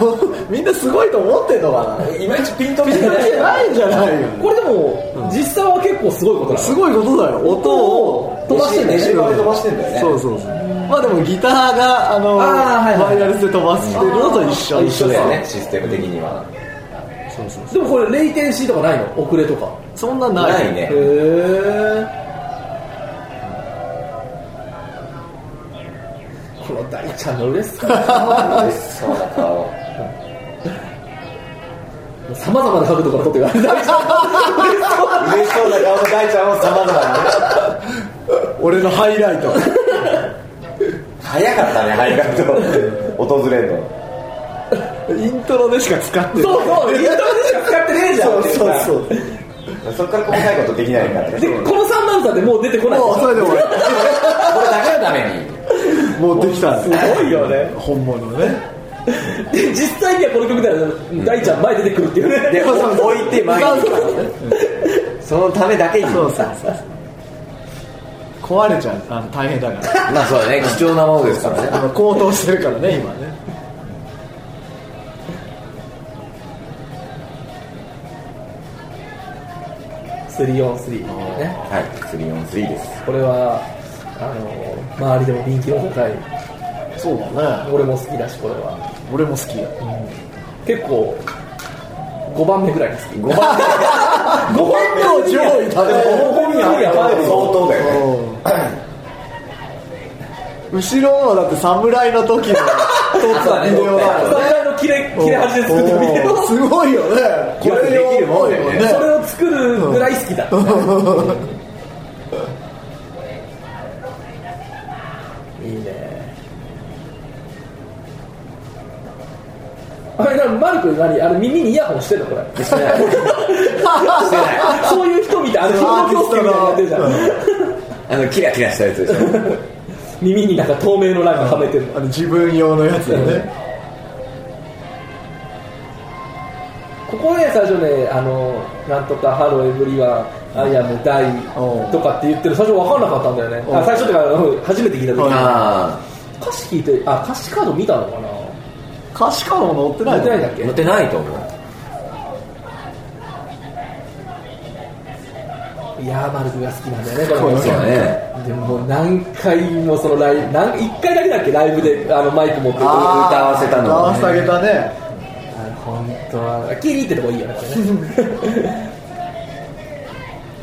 Speaker 2: どうみんなすごいと思ってんのか
Speaker 1: いまいちピンと見
Speaker 2: な
Speaker 1: て
Speaker 2: い
Speaker 1: ない
Speaker 2: やないんじゃないよ
Speaker 3: これでも、実際は結構すごいことなの
Speaker 2: すごいことだよ音を
Speaker 3: 飛ばしてんだよね
Speaker 1: レシーバーで飛ばしてんだよね
Speaker 2: そうそうそうまあでもギターがあの
Speaker 3: あーはいはい
Speaker 2: ワイヤレスで飛ばしてるのと一緒
Speaker 3: 一緒
Speaker 1: だ
Speaker 3: だ
Speaker 1: よ
Speaker 3: よ
Speaker 1: ね
Speaker 3: ね
Speaker 1: システム的には、
Speaker 2: そうそうそう
Speaker 3: でもこれレイテンシーとかないの遅れとか
Speaker 2: そんなない
Speaker 1: ないね
Speaker 3: へえこの大ちゃんの嬉し さ
Speaker 1: 嬉しそうな顔
Speaker 3: さまざまな角度から撮ってくれる大ちゃん
Speaker 1: 嬉しそうな顔の大ちゃんをさまざまなね
Speaker 2: 俺のハイライト
Speaker 1: 早かったね早かった訪れるの
Speaker 2: イントロでしか使ってない
Speaker 3: そうそうイントロでしか使ってねえじゃん
Speaker 2: そうそうそう
Speaker 1: そっから細かいことできないからね
Speaker 3: でこの3万さんでもう出てこない
Speaker 2: もうそれでも
Speaker 1: これだけのために
Speaker 2: 持ってきた
Speaker 3: すごいよね
Speaker 2: 本物ね
Speaker 3: で実際にはこの曲では大ちゃん前出てくるっていうね
Speaker 1: で置いて前に行くからねそのためだけに
Speaker 2: そうそうそう壊れちゃうあの大変だから
Speaker 1: まあそうだね貴重なものですからね
Speaker 2: あの高騰してるからね今ね
Speaker 3: 3on3 ね
Speaker 1: はい343です
Speaker 3: これはあの周りでも人気の高い
Speaker 2: そうだね
Speaker 3: 俺も好きだしこれは
Speaker 2: 俺も好きだ
Speaker 3: 結構5番目ぐらいに好き
Speaker 1: 5番
Speaker 2: 5番目の上位だね
Speaker 3: 5番目は
Speaker 1: 相当だよね
Speaker 2: うん後ろのはだって侍の時の撮ったビデオだもんね
Speaker 3: 侍の切れ切れ端で作ったビデ
Speaker 2: おー
Speaker 3: オ
Speaker 2: すごいよねこれできるもんだよね
Speaker 3: それを作るぐらい好きだいいねあれなマルク何あれ耳にイヤホンしてん のこれ
Speaker 1: してない してない
Speaker 3: そういう人見てあれ兵庫教師みたいになってるじゃん
Speaker 1: あのキラキラしたやつでしょ
Speaker 3: 耳になんか透明のラインはめてる
Speaker 2: あの自分用のやつだね
Speaker 3: ここね最初ねあのなんとかハローエブリワンアイアムダイ
Speaker 2: おう
Speaker 3: とかって言ってる最初分かんなかったんだよね
Speaker 2: おう
Speaker 3: あ最初ってかあの初めて聞いた
Speaker 2: はい
Speaker 3: 時
Speaker 1: あ
Speaker 3: 歌詞聞いてあ歌詞カード見たのかな
Speaker 2: 歌詞カードも載ってない
Speaker 3: 見てない
Speaker 2: だ
Speaker 3: んだっ
Speaker 1: あ
Speaker 3: け
Speaker 1: 乗ってないと思う
Speaker 3: いやーマルクが好きなんだよねこれも
Speaker 1: そうだね
Speaker 3: でももう何回もそのライブ何1回だけだっけライブであのマイク持っててあ
Speaker 1: あ歌わせたの
Speaker 2: 歌わせてあげたね
Speaker 3: れ本当はキリってとこいいよねこれね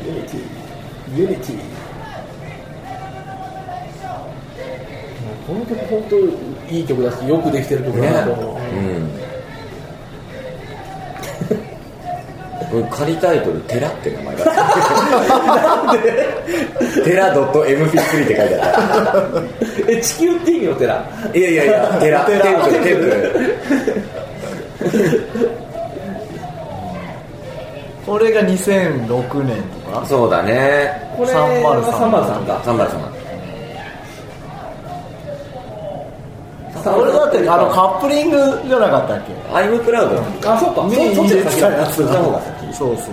Speaker 3: ユニティユニティこの曲本当いい曲だしよくできてる曲だなと思う、
Speaker 1: うんこれ仮タイトル「寺」って名前が寺 .mp3 って書いてあっ
Speaker 3: え地球って意味の寺
Speaker 1: たいやいやいや寺テン
Speaker 2: 寺
Speaker 1: プルテンプル
Speaker 2: これが2006年とか
Speaker 1: そうだね
Speaker 3: これ
Speaker 2: 303
Speaker 3: はサマルさんか
Speaker 1: 三原様
Speaker 2: 俺だってあのカップリングじゃなかったっけ
Speaker 1: 「アイムプラウド」
Speaker 3: あそうか
Speaker 2: 目に
Speaker 3: そ
Speaker 2: 入
Speaker 3: そっ
Speaker 2: れて
Speaker 3: ちが先
Speaker 2: た
Speaker 3: だ
Speaker 2: やつ
Speaker 1: そっちの
Speaker 2: だ
Speaker 1: 方が先
Speaker 2: そうそう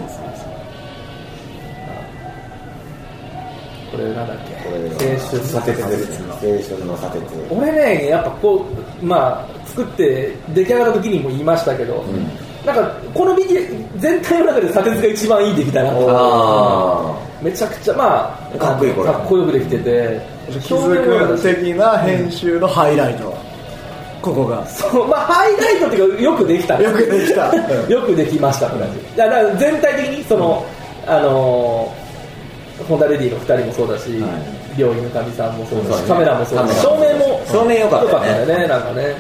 Speaker 3: これなんだっけ
Speaker 1: これ
Speaker 3: 青春させてる
Speaker 1: 青春の砂鉄
Speaker 3: 俺ねやっぱこうまあ作って出来上がった時にも言いましたけど、なんかこのビデオ全体の中で砂鉄が一番いい出来だな
Speaker 1: あ
Speaker 3: めちゃくちゃまあ
Speaker 1: かっこいいこれ
Speaker 3: かっこよくできてて
Speaker 2: そう気づく的な編集のハイライトここが
Speaker 3: そうまあハイライトっていうかよくできた
Speaker 2: よくできた
Speaker 3: よくできましたこれいやだから全体的にその、あのーホンダレディの2人もそうだし、
Speaker 1: は
Speaker 3: 病院のかみさんもそうだ
Speaker 1: そうだ
Speaker 3: し、
Speaker 1: ね
Speaker 3: カメラもそうだし、
Speaker 1: カ
Speaker 3: 照
Speaker 1: メ
Speaker 3: 明
Speaker 1: ラも
Speaker 3: も
Speaker 1: 照明良かったね
Speaker 3: よね、なんかね、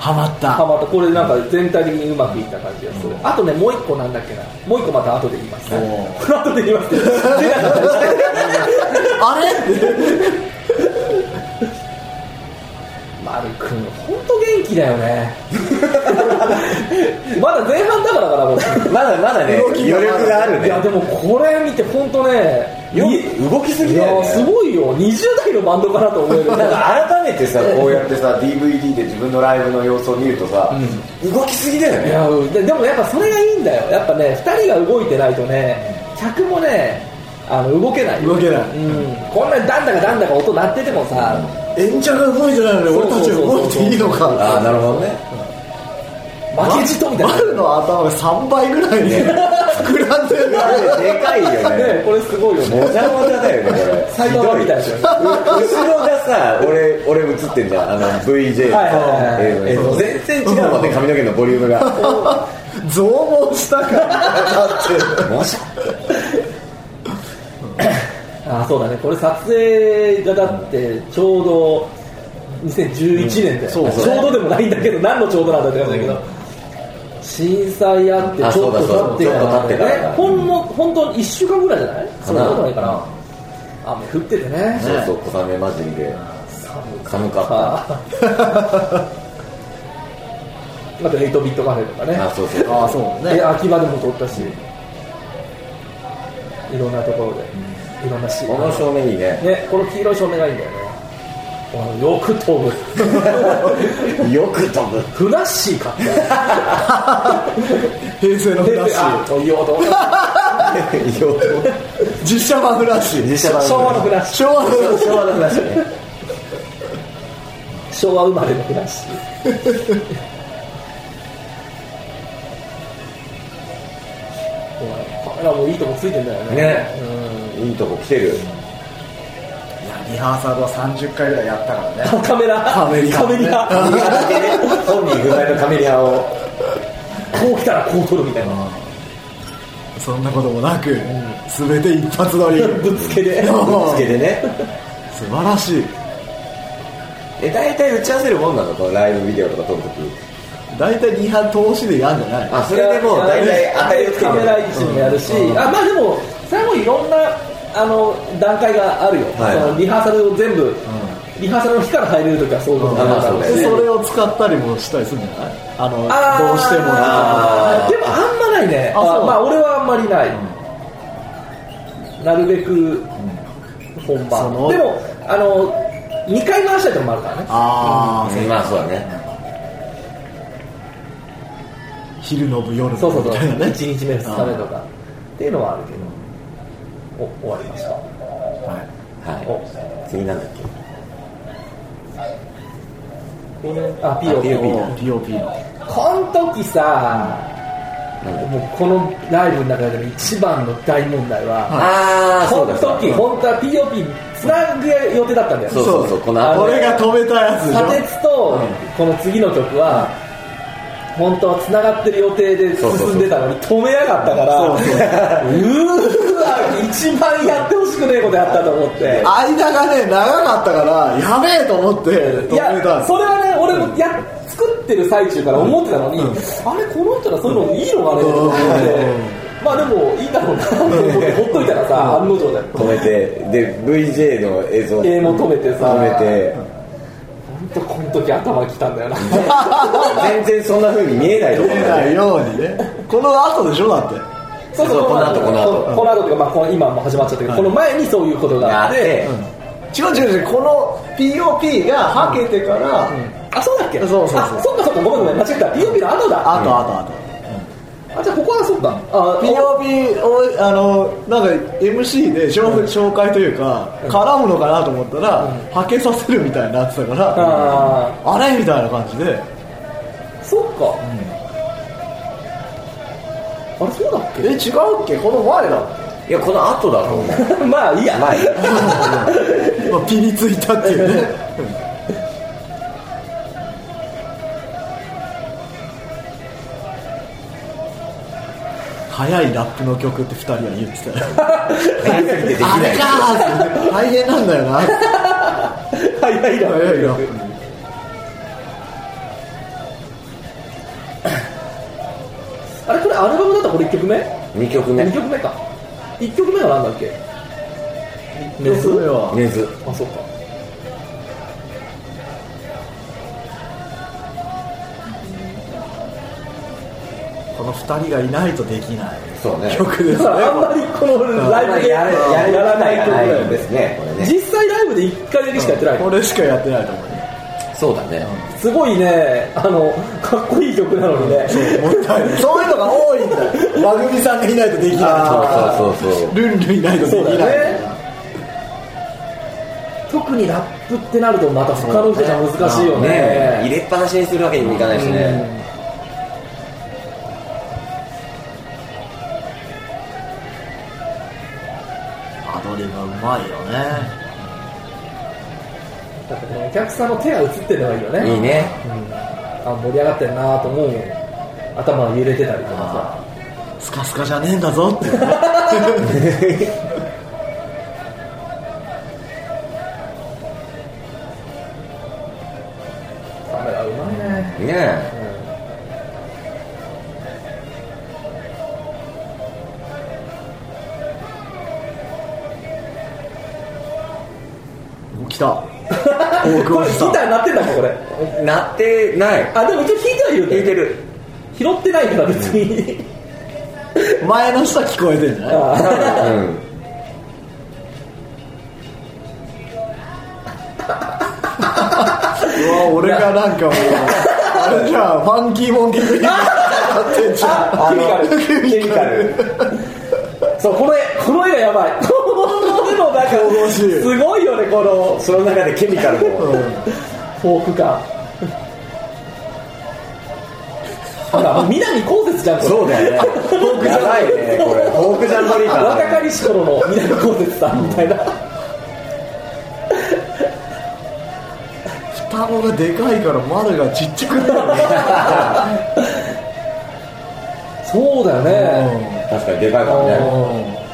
Speaker 2: ハマった
Speaker 3: ハマった、これなんか全体的にうまくいった感じがする、あとね、もう一個なんだっけな、もう一個また後で言います、
Speaker 2: お
Speaker 3: 後で言いますけど、出なかった
Speaker 2: あれ
Speaker 3: 丸くん、本当元気だよ ね、まだ前半だからかな、こ
Speaker 1: あ
Speaker 3: れ。
Speaker 1: まだまだね
Speaker 2: 動き
Speaker 1: 余
Speaker 2: が
Speaker 1: 力がある
Speaker 3: い
Speaker 1: ね
Speaker 3: やでもこれ見て本当ね
Speaker 1: よ
Speaker 3: い
Speaker 1: 動きすぎ
Speaker 3: い
Speaker 1: だよ
Speaker 3: や
Speaker 1: ね
Speaker 3: すごいよ20代のバンドかなと思える
Speaker 1: なんか改めてさこうやってさ DVD で自分のライブの様子を見るとさ、動きすぎだよ
Speaker 3: い
Speaker 1: ね
Speaker 3: やででもやっぱそれがいいんだよやっぱね2人が動いてないとね客もねあの動けない
Speaker 2: 動けない
Speaker 3: うん、こんなにだんだかだんだか音鳴っててもさ、
Speaker 2: 演者が動いてないのに俺たちが動いていいの
Speaker 1: ああ
Speaker 2: か
Speaker 1: なるほどね
Speaker 3: 負けじとみたいな
Speaker 2: 丸の頭が3倍ぐらいに膨らんでる
Speaker 1: あれでかいよ
Speaker 3: ね
Speaker 1: ね
Speaker 3: これすごいよね
Speaker 1: もじゃもじゃだよねこれ
Speaker 3: 埼玉みたいですよね
Speaker 1: ひどいう後ろがさ俺俺映ってんじゃんあの VJ
Speaker 3: はいはいはいはい
Speaker 1: 映像ね全然違うもんね髪の毛のボリュームが
Speaker 2: 増毛したからだって
Speaker 1: もし
Speaker 3: あそうだねこれ撮影がだってちょうど2011年だよ、
Speaker 1: そうそう
Speaker 3: ちょうどでもないんだけど何のちょうどなんだって感じだけど、震災あって
Speaker 1: あ
Speaker 3: ちょっと
Speaker 1: そうだ
Speaker 3: 経ってから
Speaker 1: そうだちょっと経ってから
Speaker 3: ねほんの本当1週間ぐらいじゃないそ
Speaker 1: か
Speaker 3: ん
Speaker 1: な
Speaker 3: なことないかな雨降っててね
Speaker 1: そうそう小雨混じりで寒か
Speaker 3: ああと8ビットカフェとかね
Speaker 1: ったあそうそう
Speaker 2: ああそう
Speaker 3: で秋葉でも撮ったしいろんなところでいろんなシーン
Speaker 1: この正面にね
Speaker 3: ね、この黄色い照明がいいんだよね。おいよく飛ぶ
Speaker 1: よく飛ぶ
Speaker 3: ふなっしーかって
Speaker 2: 平成のフラッシ
Speaker 3: あ
Speaker 2: ュ
Speaker 3: 言おうと思った
Speaker 1: よ
Speaker 2: 実写版フラッシュ
Speaker 1: 実写版
Speaker 3: 昭和のフラッシ
Speaker 2: 昭和のフラッシ
Speaker 3: 昭和の話ね昭和生まれの話 カメラもいいとこついてんだよね
Speaker 1: ねいいとこ来てる
Speaker 2: ュいやリハーサルは30回ぐらいやったからね
Speaker 3: うんカメラ
Speaker 2: カメリハ
Speaker 3: カメリハ
Speaker 1: 本人不在のカメリアを
Speaker 3: こう来たらこう撮るみたいな
Speaker 2: そんなこともなく、全て一発撮り
Speaker 3: ぶつけで
Speaker 2: もう
Speaker 1: つけてね
Speaker 2: 素晴らしい
Speaker 1: え大体打ち合わせるもんなのこのライブビデオとか撮るとき
Speaker 2: 大体リハ通しでやんじゃない
Speaker 1: あそれでもう大体当たりをつけて
Speaker 3: カメラ位置もやるし、
Speaker 2: うん
Speaker 3: あまあでもそれもいろんなあの段階があるよ、
Speaker 1: はい
Speaker 3: そのリハーサルを全部、リハーサルの日から入れるときはそういうこと
Speaker 1: あまあそうだよね
Speaker 2: でそれを使ったりもしたりするんじゃないあの
Speaker 3: あー
Speaker 2: どうしても
Speaker 1: あー
Speaker 3: でもあんまないね
Speaker 2: あそう
Speaker 3: まあ俺はあんまりない、なるべく本
Speaker 2: そ
Speaker 3: 番
Speaker 2: の
Speaker 3: でもあの2回回したりとかもあるからね
Speaker 2: あー
Speaker 1: まあそうだね
Speaker 2: 昼の部夜
Speaker 3: そうそ
Speaker 2: の
Speaker 3: う
Speaker 2: 部
Speaker 3: そう
Speaker 2: みたいなね
Speaker 3: 1日目2日目とかっていうのはあるけどお終わりました
Speaker 2: はい
Speaker 1: は
Speaker 3: お
Speaker 1: い次なんだっけ
Speaker 3: これあピロピロ
Speaker 1: ピロ
Speaker 2: お POP の
Speaker 3: こん時さもうこのライブの中での一番の大問題は、
Speaker 1: ああ
Speaker 3: こ
Speaker 1: そう
Speaker 3: の
Speaker 1: だそう
Speaker 3: 時
Speaker 1: だ
Speaker 3: 本当は POP つなぐ予定だったんだよ
Speaker 1: そうそうそうこの後
Speaker 2: 俺が止めたやつでしょ
Speaker 3: 砂鉄とこの次の曲は本当はつながってる予定で進んでたのに止めやがったからう
Speaker 2: そう そう
Speaker 3: ーわ一番やってほしくねえことやったと思って
Speaker 2: 間がね長かったからやべえと思って止
Speaker 3: いや
Speaker 2: めたんです
Speaker 3: それはね俺もや作ってる最中から思ってたのに、
Speaker 2: うん
Speaker 3: あれこの人らそういうのいいのかねと思って。まあでもいいだろうなと思ってほっといたらさ案の定だよ
Speaker 1: 止めてで VJ の映像
Speaker 3: 映も止めてさ
Speaker 1: 止めて
Speaker 3: 本当この時頭きたんだよな
Speaker 1: 全然そんな風に見えないとこ
Speaker 2: 出
Speaker 1: ろだ
Speaker 2: な
Speaker 1: ね
Speaker 2: いようにねこの後でしょだって
Speaker 3: そう
Speaker 1: そうこの後この後
Speaker 3: この後とかまあこの今も始まっちゃったけどこの前にそういうことがあ
Speaker 1: や
Speaker 3: っ
Speaker 1: ってて
Speaker 2: 違う違う違うこの POP がはけてから、
Speaker 3: あ、そうだっけ
Speaker 2: そうそうそう
Speaker 3: あ、そっかそっか、ごめんごめん、間違えた。POP の後だ。
Speaker 2: あとあとあと、
Speaker 3: あ、じゃあここはそっか。あ、
Speaker 2: POP をあのなんか MC で紹,、紹介というか絡むのかなと思ったら、はけさせるみたいになってたから、
Speaker 3: あ
Speaker 2: あれみたいな感じで
Speaker 3: ー、そっか。あれ、そうだっ
Speaker 2: え違うっけこの前だっ
Speaker 1: いやこの後だと思う
Speaker 3: け まあいいや。
Speaker 1: まあいい
Speaker 2: て、まあ、ピリついたっていうね早いラップの曲って2人は言ってたよ
Speaker 1: 早すぎてでき
Speaker 2: あ
Speaker 1: な
Speaker 2: れ
Speaker 1: い
Speaker 2: かー大変なんだよな
Speaker 3: 早いな。
Speaker 2: 早いな
Speaker 3: あれ、これアルバムだったこれ1曲目
Speaker 1: 2曲目
Speaker 3: ?2 曲目か。1曲目はなんだっけ
Speaker 2: メス目は
Speaker 1: 根津
Speaker 3: あ、そっか。
Speaker 2: この2人がいないとできない
Speaker 1: そうね
Speaker 2: 曲ですね
Speaker 3: だからあんまりこのライブで
Speaker 1: やれやれ
Speaker 3: やらない
Speaker 1: や
Speaker 3: 曲
Speaker 1: らな
Speaker 3: だ
Speaker 1: い
Speaker 3: よ
Speaker 1: ん
Speaker 3: ね
Speaker 1: ですねこれね
Speaker 3: 実際ライブで1回だけしかやってない
Speaker 2: これしかやってないと思う
Speaker 1: そうだね
Speaker 3: すごいね、あの、かっこいい曲なのにね。
Speaker 2: もったいないそういうのが多いんだよラグビさんがいないとできな
Speaker 3: あ
Speaker 1: そうそうそう
Speaker 2: いルンルンいないとでき
Speaker 3: そう
Speaker 2: ない
Speaker 3: だよね特にラップってなるとまた他の人じゃ難しいよね
Speaker 1: ね入れっぱなしにするわけにもいかないしね
Speaker 2: アドリブがうまいよね
Speaker 3: うんやっぱねお客さんの手が映ってるのがいいよね
Speaker 1: いいね
Speaker 3: あ盛り上がってるなと思うもん頭が揺れてたりとかさ
Speaker 2: スカスカじゃねえんだぞっていうね
Speaker 3: カメラうまいね
Speaker 1: ね
Speaker 2: 来た大久
Speaker 3: こ
Speaker 2: 保
Speaker 3: れギタ
Speaker 2: さん
Speaker 3: ーになってんだもんこれ
Speaker 1: なってない
Speaker 3: あでも一応弾いてはいるん
Speaker 1: 弾
Speaker 3: だ
Speaker 1: い
Speaker 3: よ
Speaker 1: てる
Speaker 3: 拾ってないから別に
Speaker 2: 前の人は聞こえてんじゃない
Speaker 3: あー
Speaker 1: うん
Speaker 2: わ俺がなんかもうあれじゃんファンキーモンキーブリーなってんじゃん
Speaker 3: あケミカル
Speaker 1: ケミカル
Speaker 3: そうこの絵この絵がやばいでもなんか
Speaker 2: 神々しい
Speaker 3: すごいよねこの
Speaker 1: その中でケミカルも
Speaker 3: フォーク感ほらもう南こうせつじゃんこれ
Speaker 1: そうだよねフォークじゃないねこれフォークジャンボリー感
Speaker 3: 若かりし頃の南こうせつさんみたいな
Speaker 2: 双子がでかいから丸がちっちゃく なる
Speaker 3: そうだよね
Speaker 1: 確かにでかいからね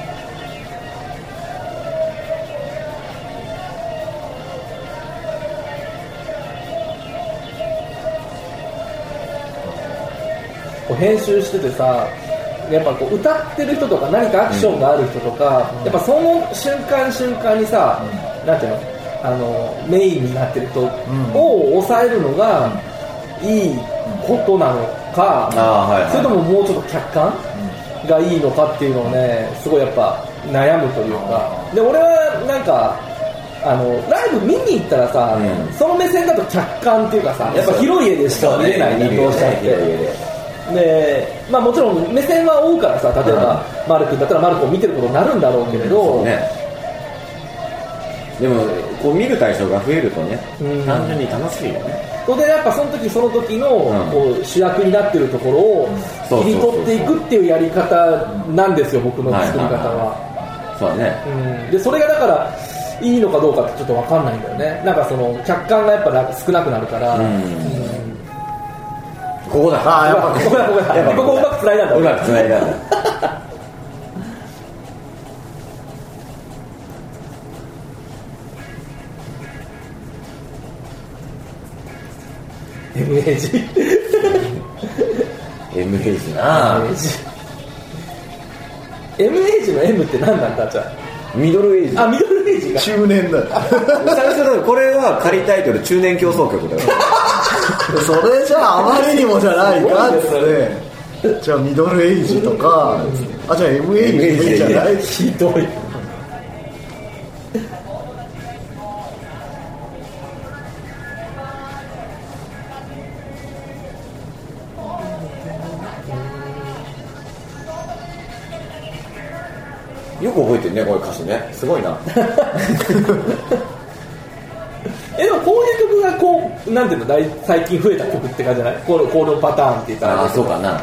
Speaker 3: こう編集しててさやっぱこう歌ってる人とか何かアクションがある人とか、やっぱその瞬間瞬間にさ、なんていうのあのメインになってる人を抑えるのがいいことなの
Speaker 1: あ
Speaker 3: か、
Speaker 1: ーはいはい
Speaker 3: それとももうちょっと客観がいいのかっていうのをねすごいやっぱ悩むというかで俺はなんかあのライブ見に行ったらさ、
Speaker 1: うん
Speaker 3: その目線だと客観っていうかさやっぱ広い絵でしか見れない
Speaker 1: ね
Speaker 3: ねどうしたっ
Speaker 1: 広い家。
Speaker 3: て
Speaker 1: で
Speaker 3: でまあ、もちろん目線は追うからさ例えば、マル君だったらマル君を見てることになるんだろうけれど、
Speaker 1: そうねでもこう見る対象が増えるとね
Speaker 3: うん
Speaker 1: 単純に楽しいよね
Speaker 3: それでやっぱその時その時の、
Speaker 1: うん
Speaker 3: こう主役になってるところ
Speaker 1: そうそうそうそ
Speaker 3: を
Speaker 1: う
Speaker 3: 切り取っていくっていうやり方なんですよ僕の作り方は,、
Speaker 1: そうだね
Speaker 3: うん、でそれがだからいいのかどうかってちょっと分かんないんだよねなんかその客観がやっぱなんか少なくなるから、
Speaker 1: う
Speaker 3: うん
Speaker 1: んここだ
Speaker 2: あーやっぱ
Speaker 3: ここだここだ
Speaker 1: やっぱ
Speaker 3: ここうまく繋いだんだ
Speaker 1: うまく繋いだんだ
Speaker 3: イメージ
Speaker 1: M ヘイジな
Speaker 3: M エイジの M って何なんだじゃ
Speaker 1: ミドルエイジ
Speaker 3: ああミドルエイジが
Speaker 2: 中年だよ
Speaker 1: 最初だからこれは仮タイトル中年競争曲だよ
Speaker 2: それじゃああまりにもじゃないかっつってじゃあミドルエイジとかあじゃあ M エイジでいいんじゃない
Speaker 3: ひどい
Speaker 1: よく覚えてるねこれ歌詞ねすごいな
Speaker 3: えでもこういう曲がこうなんていうの大最近増えた曲って感じじゃないこのこのパターンって言ったら
Speaker 1: ああそうかな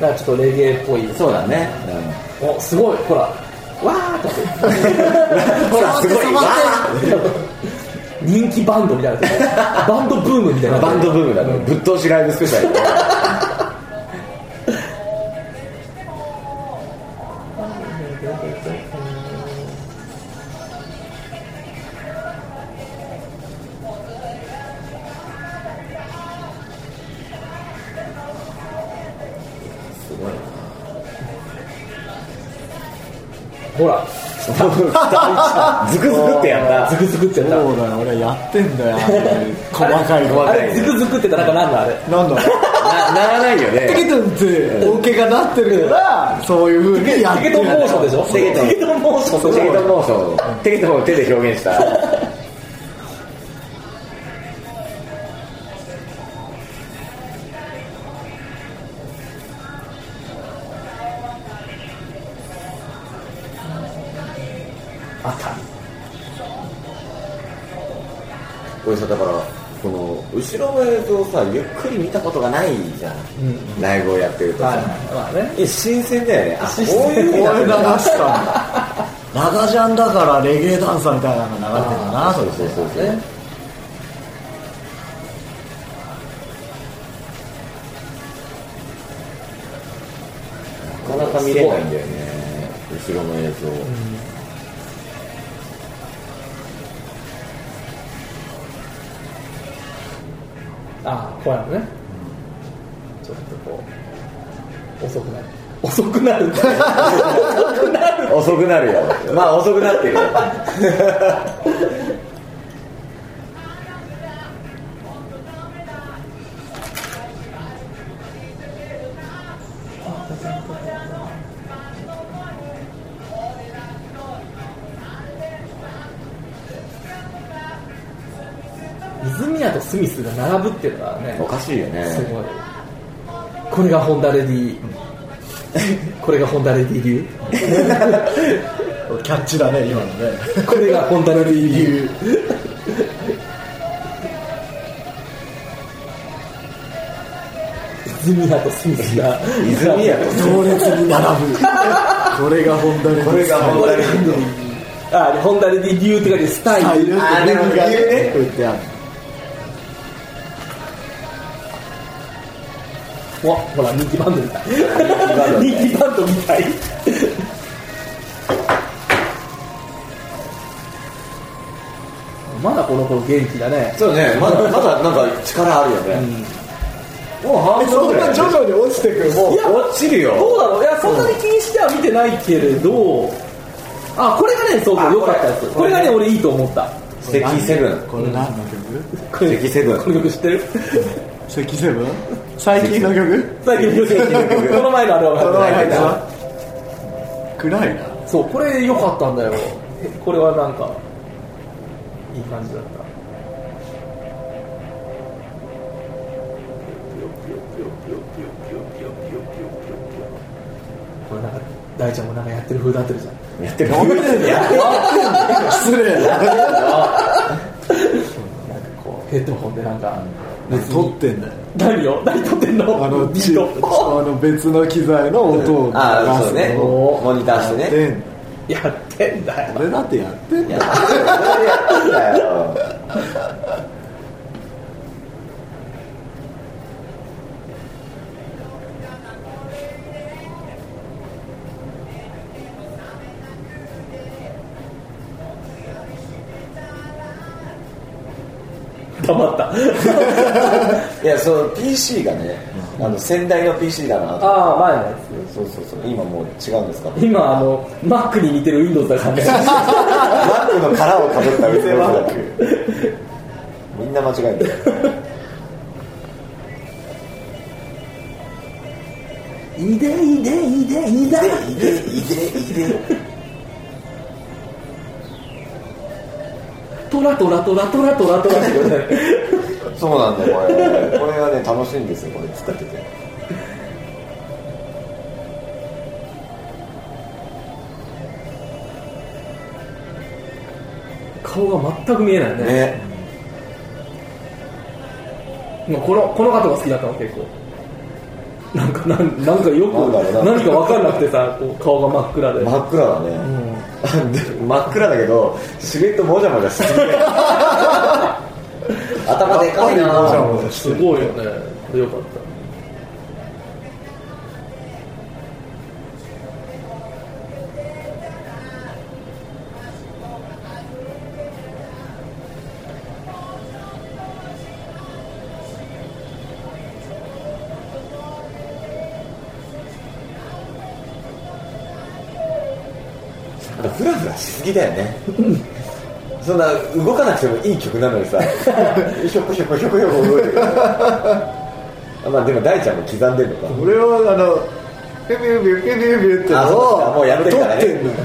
Speaker 3: なんかちょっとレゲエっぽい
Speaker 1: そうだね
Speaker 3: おすごいほらわーっと
Speaker 1: ほらすごいわ
Speaker 3: 人気バンドみたいなバンドブームみたいな
Speaker 1: ーバンドブームだねぶっ通しライブスペシャル
Speaker 3: ほら
Speaker 1: ズクズクってや
Speaker 3: ズ
Speaker 1: っ
Speaker 3: クズクってやった
Speaker 2: そうだよ俺やってんだよあれ細か
Speaker 1: 細
Speaker 2: いの
Speaker 1: か
Speaker 3: あ
Speaker 1: い
Speaker 3: れズクズクってなんかなんだあれ
Speaker 2: なんだろう
Speaker 1: たなならないよ
Speaker 2: テケ
Speaker 1: ね
Speaker 2: トンってオケがなってるからそういう風にやっ
Speaker 3: テ
Speaker 2: てる
Speaker 3: ケトンモーションでしょ
Speaker 1: テケトン
Speaker 3: テケトンモーション
Speaker 1: テケトンモーションテケトンを手で表現した
Speaker 3: あった
Speaker 1: これさだからこの後ろの映像をさゆっくり見たことがないじゃん、ライブをやってるとさ、
Speaker 3: はいまあね
Speaker 1: え新鮮だよねあ
Speaker 3: 新鮮
Speaker 1: こういう
Speaker 2: こ
Speaker 1: 風に
Speaker 2: れ流
Speaker 1: なってんだ
Speaker 2: し たんだ長ジャンだからレゲエダンサーみたいなのが流れてるんだな
Speaker 1: あそうそうそうそう、
Speaker 3: ね
Speaker 1: なかなか見れないんだよね後ろの映像、
Speaker 3: あこうやるねちょっとこう遅くなる遅くなるって
Speaker 1: 遅くなるよまあ遅くなってるよ
Speaker 3: 泉谷とスミスが並ぶっていうのはね
Speaker 1: おかしいよね
Speaker 3: すごいこれがホンダレディこれがホンダレディ流
Speaker 2: キャッチだね今のね
Speaker 3: これがホンダレディ流泉谷とスミスが
Speaker 1: 泉谷とスミス
Speaker 2: 行列に並ぶ これが本題です
Speaker 1: これが本
Speaker 3: ホンダレディ流あホンダレディ流って書いてスタイル
Speaker 1: あーでも理由ね
Speaker 2: 言ってある
Speaker 3: わほら人気バンドみたい
Speaker 1: ンドみたい
Speaker 3: 人気バンドみたいまだこの子元気だね
Speaker 1: そうねまだまだなんか力あるよね、もう半分
Speaker 2: そ
Speaker 1: ぐ
Speaker 2: ん
Speaker 1: ら
Speaker 2: ない徐々に落ちてくるもう
Speaker 3: いや
Speaker 1: 落ちるよ
Speaker 3: どうだろういやそんなに気にしては見てないけれどあこれがねそうか
Speaker 1: あ
Speaker 3: 良かったやつこ
Speaker 1: こ
Speaker 3: れ
Speaker 1: れ
Speaker 3: が
Speaker 1: これ
Speaker 3: ね俺いいと思った
Speaker 1: 関セブン
Speaker 2: これ何の曲
Speaker 3: これ
Speaker 1: 関セブン
Speaker 3: この曲知ってる
Speaker 2: 関セブン最近の曲
Speaker 3: 最近の曲この前のあれは
Speaker 2: この前入った
Speaker 3: た
Speaker 2: 暗いな
Speaker 3: そうこれ良かったんだよえこれはなんかいい感じだったこれなんか大ちゃんもなんかやってる風だってるじゃん
Speaker 1: やってるもん
Speaker 2: 失礼だ
Speaker 3: なんかこうヘッドホンでなんか
Speaker 2: 撮ってんだよ
Speaker 3: 何よ何撮ってんの
Speaker 2: あの
Speaker 3: ビ
Speaker 2: ち
Speaker 3: ー
Speaker 2: あ
Speaker 3: ト
Speaker 2: の別の機材の音を流す
Speaker 1: ああそうね
Speaker 2: のを
Speaker 1: モニターしてね
Speaker 2: で
Speaker 3: やってんだよ
Speaker 2: 俺だってやってんだよ
Speaker 1: だよ
Speaker 3: 黙った
Speaker 1: いやその PC がね、あの先代の PC だなと
Speaker 3: ああ前のやつ
Speaker 1: そうそうそう今もう違うんですか
Speaker 3: 今あの Mac に似てる Windows だからね
Speaker 1: マックの殻をかぶったうちのマックみんな間違えてる
Speaker 3: いでいでいでいで
Speaker 1: いでいでいで
Speaker 3: トラトラトラトラトラトラって言われてる
Speaker 1: そうなんだよこれこれがね楽しいんですよこれ作ってて
Speaker 3: 顔が全く見えないね
Speaker 1: ね
Speaker 3: もうこのこの方が好きだったの結構なんかなんなんかよく
Speaker 1: なんだろうな
Speaker 3: 何か分かんなくてさこう顔が真っ暗で、
Speaker 1: 真っ暗だね、で真っ暗だけどシルエットもじゃもじゃしすぎて 頭でかいな
Speaker 2: もじゃもじゃして
Speaker 3: す
Speaker 2: る
Speaker 3: ごいよねこれよかった
Speaker 1: あとフラフラしすぎだよねそんな動かなくてもいい曲なのにさひょこひょこひょこひょこ動いてるまあでも大ちゃんも刻んでるのか
Speaker 2: 俺はあのピュピュピュピュピュピュって
Speaker 1: あ
Speaker 2: の
Speaker 1: そう
Speaker 2: を
Speaker 1: かもうやってるからね
Speaker 2: 撮ってんのよ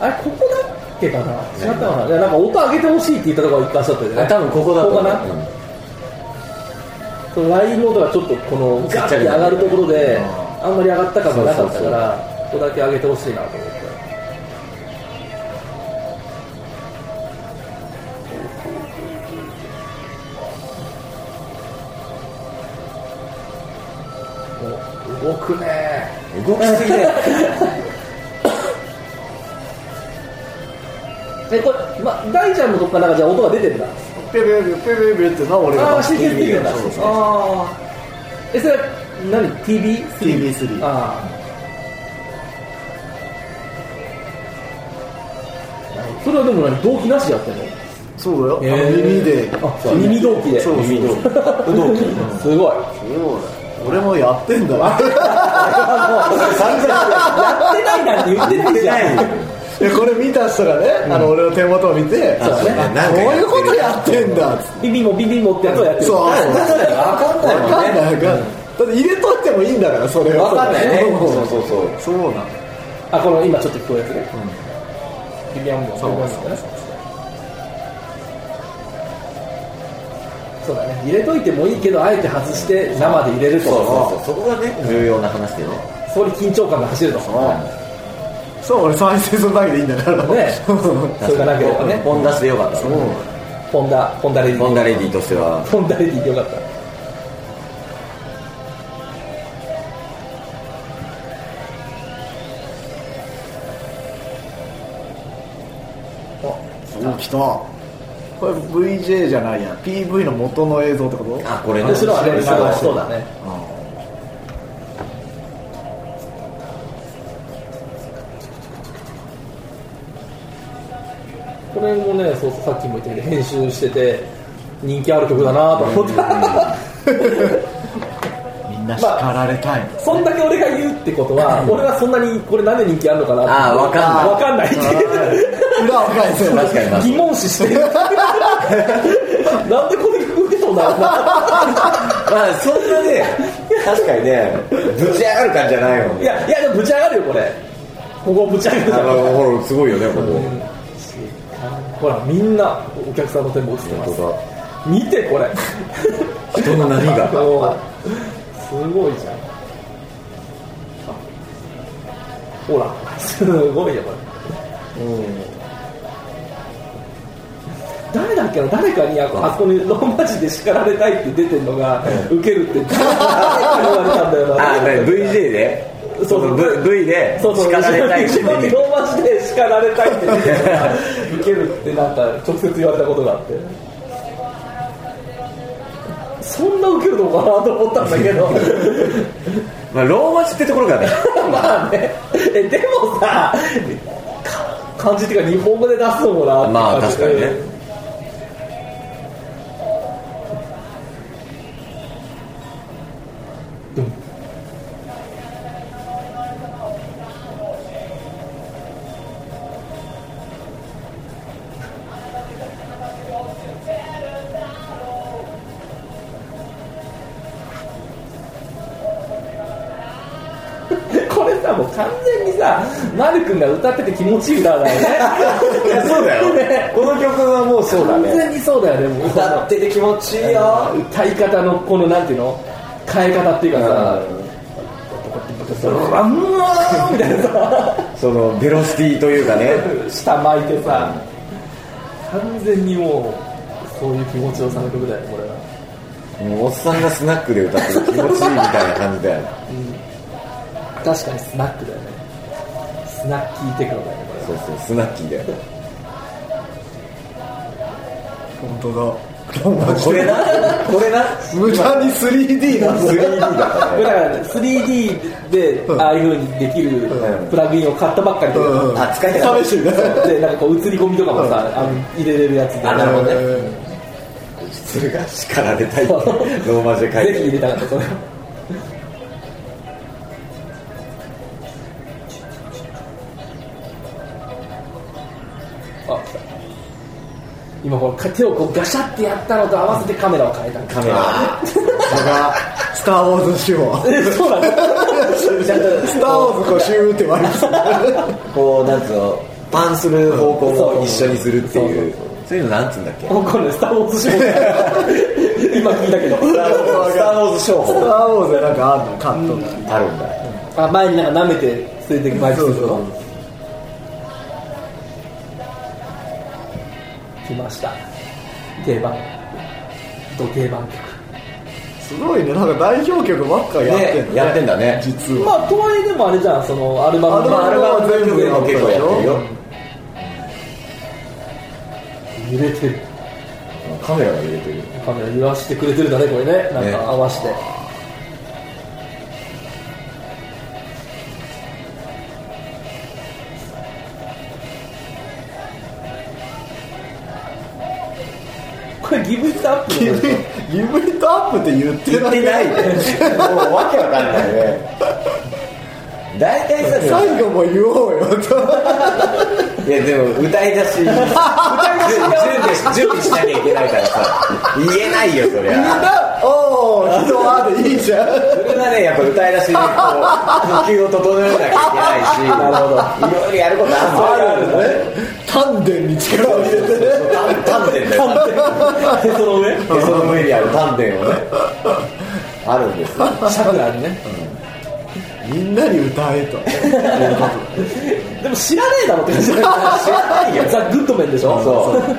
Speaker 3: あれここだっけかな違ったかないやなんか音上げてほしいって言ったところが一箇所あったよね
Speaker 1: あ多分ここだと思う
Speaker 3: かな、
Speaker 1: うん
Speaker 3: そのラインモードがちょっとこのガッて上がるところであんまり上がった感がなかったからここだけ上げてほしいなと思ってお動くね
Speaker 1: 動きすぎだよ
Speaker 3: えこれ、ま、大ちゃんのとこからなんかじゃあ音が出てるんだ
Speaker 2: ピュピュピュピュピュってのを俺
Speaker 3: あ
Speaker 2: が
Speaker 3: あ、
Speaker 2: 撮っ
Speaker 3: 神
Speaker 2: て
Speaker 3: 経
Speaker 2: る
Speaker 3: 出てるんだ。
Speaker 1: そうそう
Speaker 3: ああ。え、それは何、TV?
Speaker 2: TV3
Speaker 3: ああ。それはでも何、動機なしでやってんの
Speaker 2: そうだよ、
Speaker 3: へ
Speaker 2: あの
Speaker 3: ー
Speaker 2: 耳で
Speaker 3: あそう耳動機で
Speaker 2: そうそう
Speaker 3: 耳
Speaker 2: そうだよ
Speaker 3: 動機。すごい。もう
Speaker 2: 俺もやってんだわ
Speaker 1: 散々
Speaker 3: やってないなんて言って
Speaker 1: 言
Speaker 3: な
Speaker 1: っ
Speaker 3: い
Speaker 1: て
Speaker 3: じゃん
Speaker 1: ない。よ
Speaker 2: いやこれ見た人がね、あの俺の手元を見て
Speaker 1: あそうね
Speaker 2: あ
Speaker 1: なんか
Speaker 2: こうい
Speaker 1: やってる
Speaker 2: うことやってんだっつって
Speaker 3: ビビもビビもってやつをやってる。
Speaker 2: そう
Speaker 1: 分かんないもんね
Speaker 2: わかんないわかんないだって入れといてもいいんだからそれは
Speaker 3: わかんないね
Speaker 2: そう
Speaker 1: そうそうそう
Speaker 2: そうなの
Speaker 3: あこの今ちょっと聞こえるやつね、ビビアンボンそうそうだね入れといてもいいけどあえて外して生で入れると
Speaker 1: そうそうそうそこがね重要な話だよ
Speaker 3: それ緊張感が走ると
Speaker 2: そう俺再生するだけでいいんだから
Speaker 3: ね
Speaker 2: そう
Speaker 3: それがなければね
Speaker 1: ポン出しでよかった
Speaker 3: ホンダホンダレディ
Speaker 1: ポンダレディとしては
Speaker 3: ホンダレディでよかった
Speaker 2: お来たこれ VJ じゃないや PV の元の映像ってこと
Speaker 1: あこれね
Speaker 3: 後ろはね
Speaker 1: 後ろ
Speaker 3: あのそうだねこれもねそうそうさっきも言ったけど編集してて人気ある曲だなと思った
Speaker 2: みんな叱られたい、
Speaker 3: そんだけ俺が言うってことは俺はそんなにこれなんで人気あるのかなって
Speaker 1: あーわかんない
Speaker 3: わかんないっていう
Speaker 2: 裏を返せ
Speaker 1: 確かにな
Speaker 3: 疑問視してるなんでこれ曲受けそうなん だ
Speaker 1: まあそんなね確かにねぶち上がる感じじゃないもん
Speaker 3: い
Speaker 1: ね
Speaker 3: やいやでもぶち上がるよこれここぶち上がる
Speaker 1: あ
Speaker 3: から
Speaker 1: のほらすごいよねこ
Speaker 3: ほらみんなお客さんの手も映ってま
Speaker 1: こ
Speaker 3: す
Speaker 1: 本
Speaker 3: 見てこれ
Speaker 1: 当だ人の波が
Speaker 3: もうすごいじゃんほらすごいよこれ誰だっけな誰かにああそこにローマ字で叱られたいって出てるのがウケるって誰かに言われたんだよな
Speaker 1: あ VJ で
Speaker 3: そうそう
Speaker 1: V で
Speaker 3: そうそう
Speaker 1: 叱られたい
Speaker 3: 後ろにローマ字で叱られたいって出てるのがウケるってなんか直接言われたことがあってそんなウケるのかなと思ったんだけど
Speaker 1: まあローマ字ってところがね
Speaker 3: まあねえでもさか漢字っていうか日本語で出すのもなって
Speaker 1: まあ
Speaker 3: 感じ
Speaker 1: 確
Speaker 3: で
Speaker 1: かにね
Speaker 3: これさもう完全にさマル君が歌ってて気持ちいい歌だよね
Speaker 1: いや そうだよこの曲はもうそうだ
Speaker 3: 完
Speaker 1: ね
Speaker 3: 全にそうだよねもう
Speaker 1: 歌ってて気持ちいいよ
Speaker 3: 歌い方のこのなんていうの変え方っていうかさドラムーみたいなさ
Speaker 1: そのベロシティというかね
Speaker 3: 下巻いてさ完全にもうそういう気持ちよさの曲だよねこれは
Speaker 1: もうおっさんがスナックで歌ってる気持ちいいみたいな感じだよ
Speaker 3: 確かにスナックだよねスナッキーテクノだよねこれ
Speaker 1: そうそうスナッキーだよ
Speaker 2: 本当だ
Speaker 1: これなこれな
Speaker 2: 無駄に 3D なんだ
Speaker 1: 3D だから
Speaker 3: これ
Speaker 1: ね
Speaker 3: だからね 3D でああいう風にできる
Speaker 1: うん
Speaker 3: プラグインを買ったばっかりで
Speaker 2: うん
Speaker 1: あ使いたかった
Speaker 2: 試してみた
Speaker 3: でなんかこう映り込みとかもさあの入れれるやつで
Speaker 1: あなるほどね
Speaker 2: え
Speaker 1: それが叱られたいってローマ字で書い
Speaker 3: ぜひ入
Speaker 1: て
Speaker 3: れたかったそれあ来た今これ手をこうガシャってやったのと合わせてカメラを変えたんだ
Speaker 1: カメラ
Speaker 2: ーさすがスター・ウォーズ仕様
Speaker 3: えそうなんだちゃんと
Speaker 2: スター・ウォーズこうシューって割ります
Speaker 1: こうなんつうのパンする方向も一緒にするっていうそういうのなんつうんだっけ
Speaker 3: わかんない、スター・ウォーズショー今聞いたけど。
Speaker 1: スター・ウォーズ商
Speaker 2: スタ
Speaker 1: 法
Speaker 2: ー・ウォーズでなんかあんのカットが、
Speaker 1: あるんだ
Speaker 3: あ、前になんか舐めて連れて行く前
Speaker 2: そうそう
Speaker 3: 来ました。定番。ド定番曲。
Speaker 2: すごいねなんか代表曲ばっかやってんの、
Speaker 1: ねやってんだね
Speaker 2: 実は
Speaker 3: まあ、とはいえでもあれじゃん、そのアルバム
Speaker 1: まあアルバム全部でも結構やってるよ
Speaker 3: 揺れてる。
Speaker 1: カメラが入れてる
Speaker 3: カメラ揺らしてくれてるんだね、これね。なん
Speaker 1: ね
Speaker 3: か合わして。これギブイットアップ
Speaker 2: ギ
Speaker 3: の
Speaker 2: ブ
Speaker 3: ことでしょ
Speaker 2: ギブイットアップって言って
Speaker 1: 言
Speaker 2: な
Speaker 1: っ
Speaker 2: い
Speaker 1: てないでもうわけわかんないね大体さでも
Speaker 2: 最後も言おうよ
Speaker 1: いやでも歌い出し歌い出し準備し準備しなきゃいけないからさ言えないよそりゃ
Speaker 2: おー人はでいいじゃん
Speaker 1: それがねやっぱ歌い出しでこう呼吸を整えなきゃいけないしなるほどいろいろやること
Speaker 2: あ
Speaker 1: あ
Speaker 2: る
Speaker 1: る
Speaker 2: ん
Speaker 1: んだね
Speaker 2: だね丹田に力を入れてね
Speaker 1: 丹田だよ
Speaker 3: へその上
Speaker 1: へその上にある丹田をねあるんですよ
Speaker 3: シャクあるね
Speaker 2: みんなに歌えと
Speaker 3: でも知らねえだろって感じ知らないよザ・グッドメンでしょ
Speaker 1: そう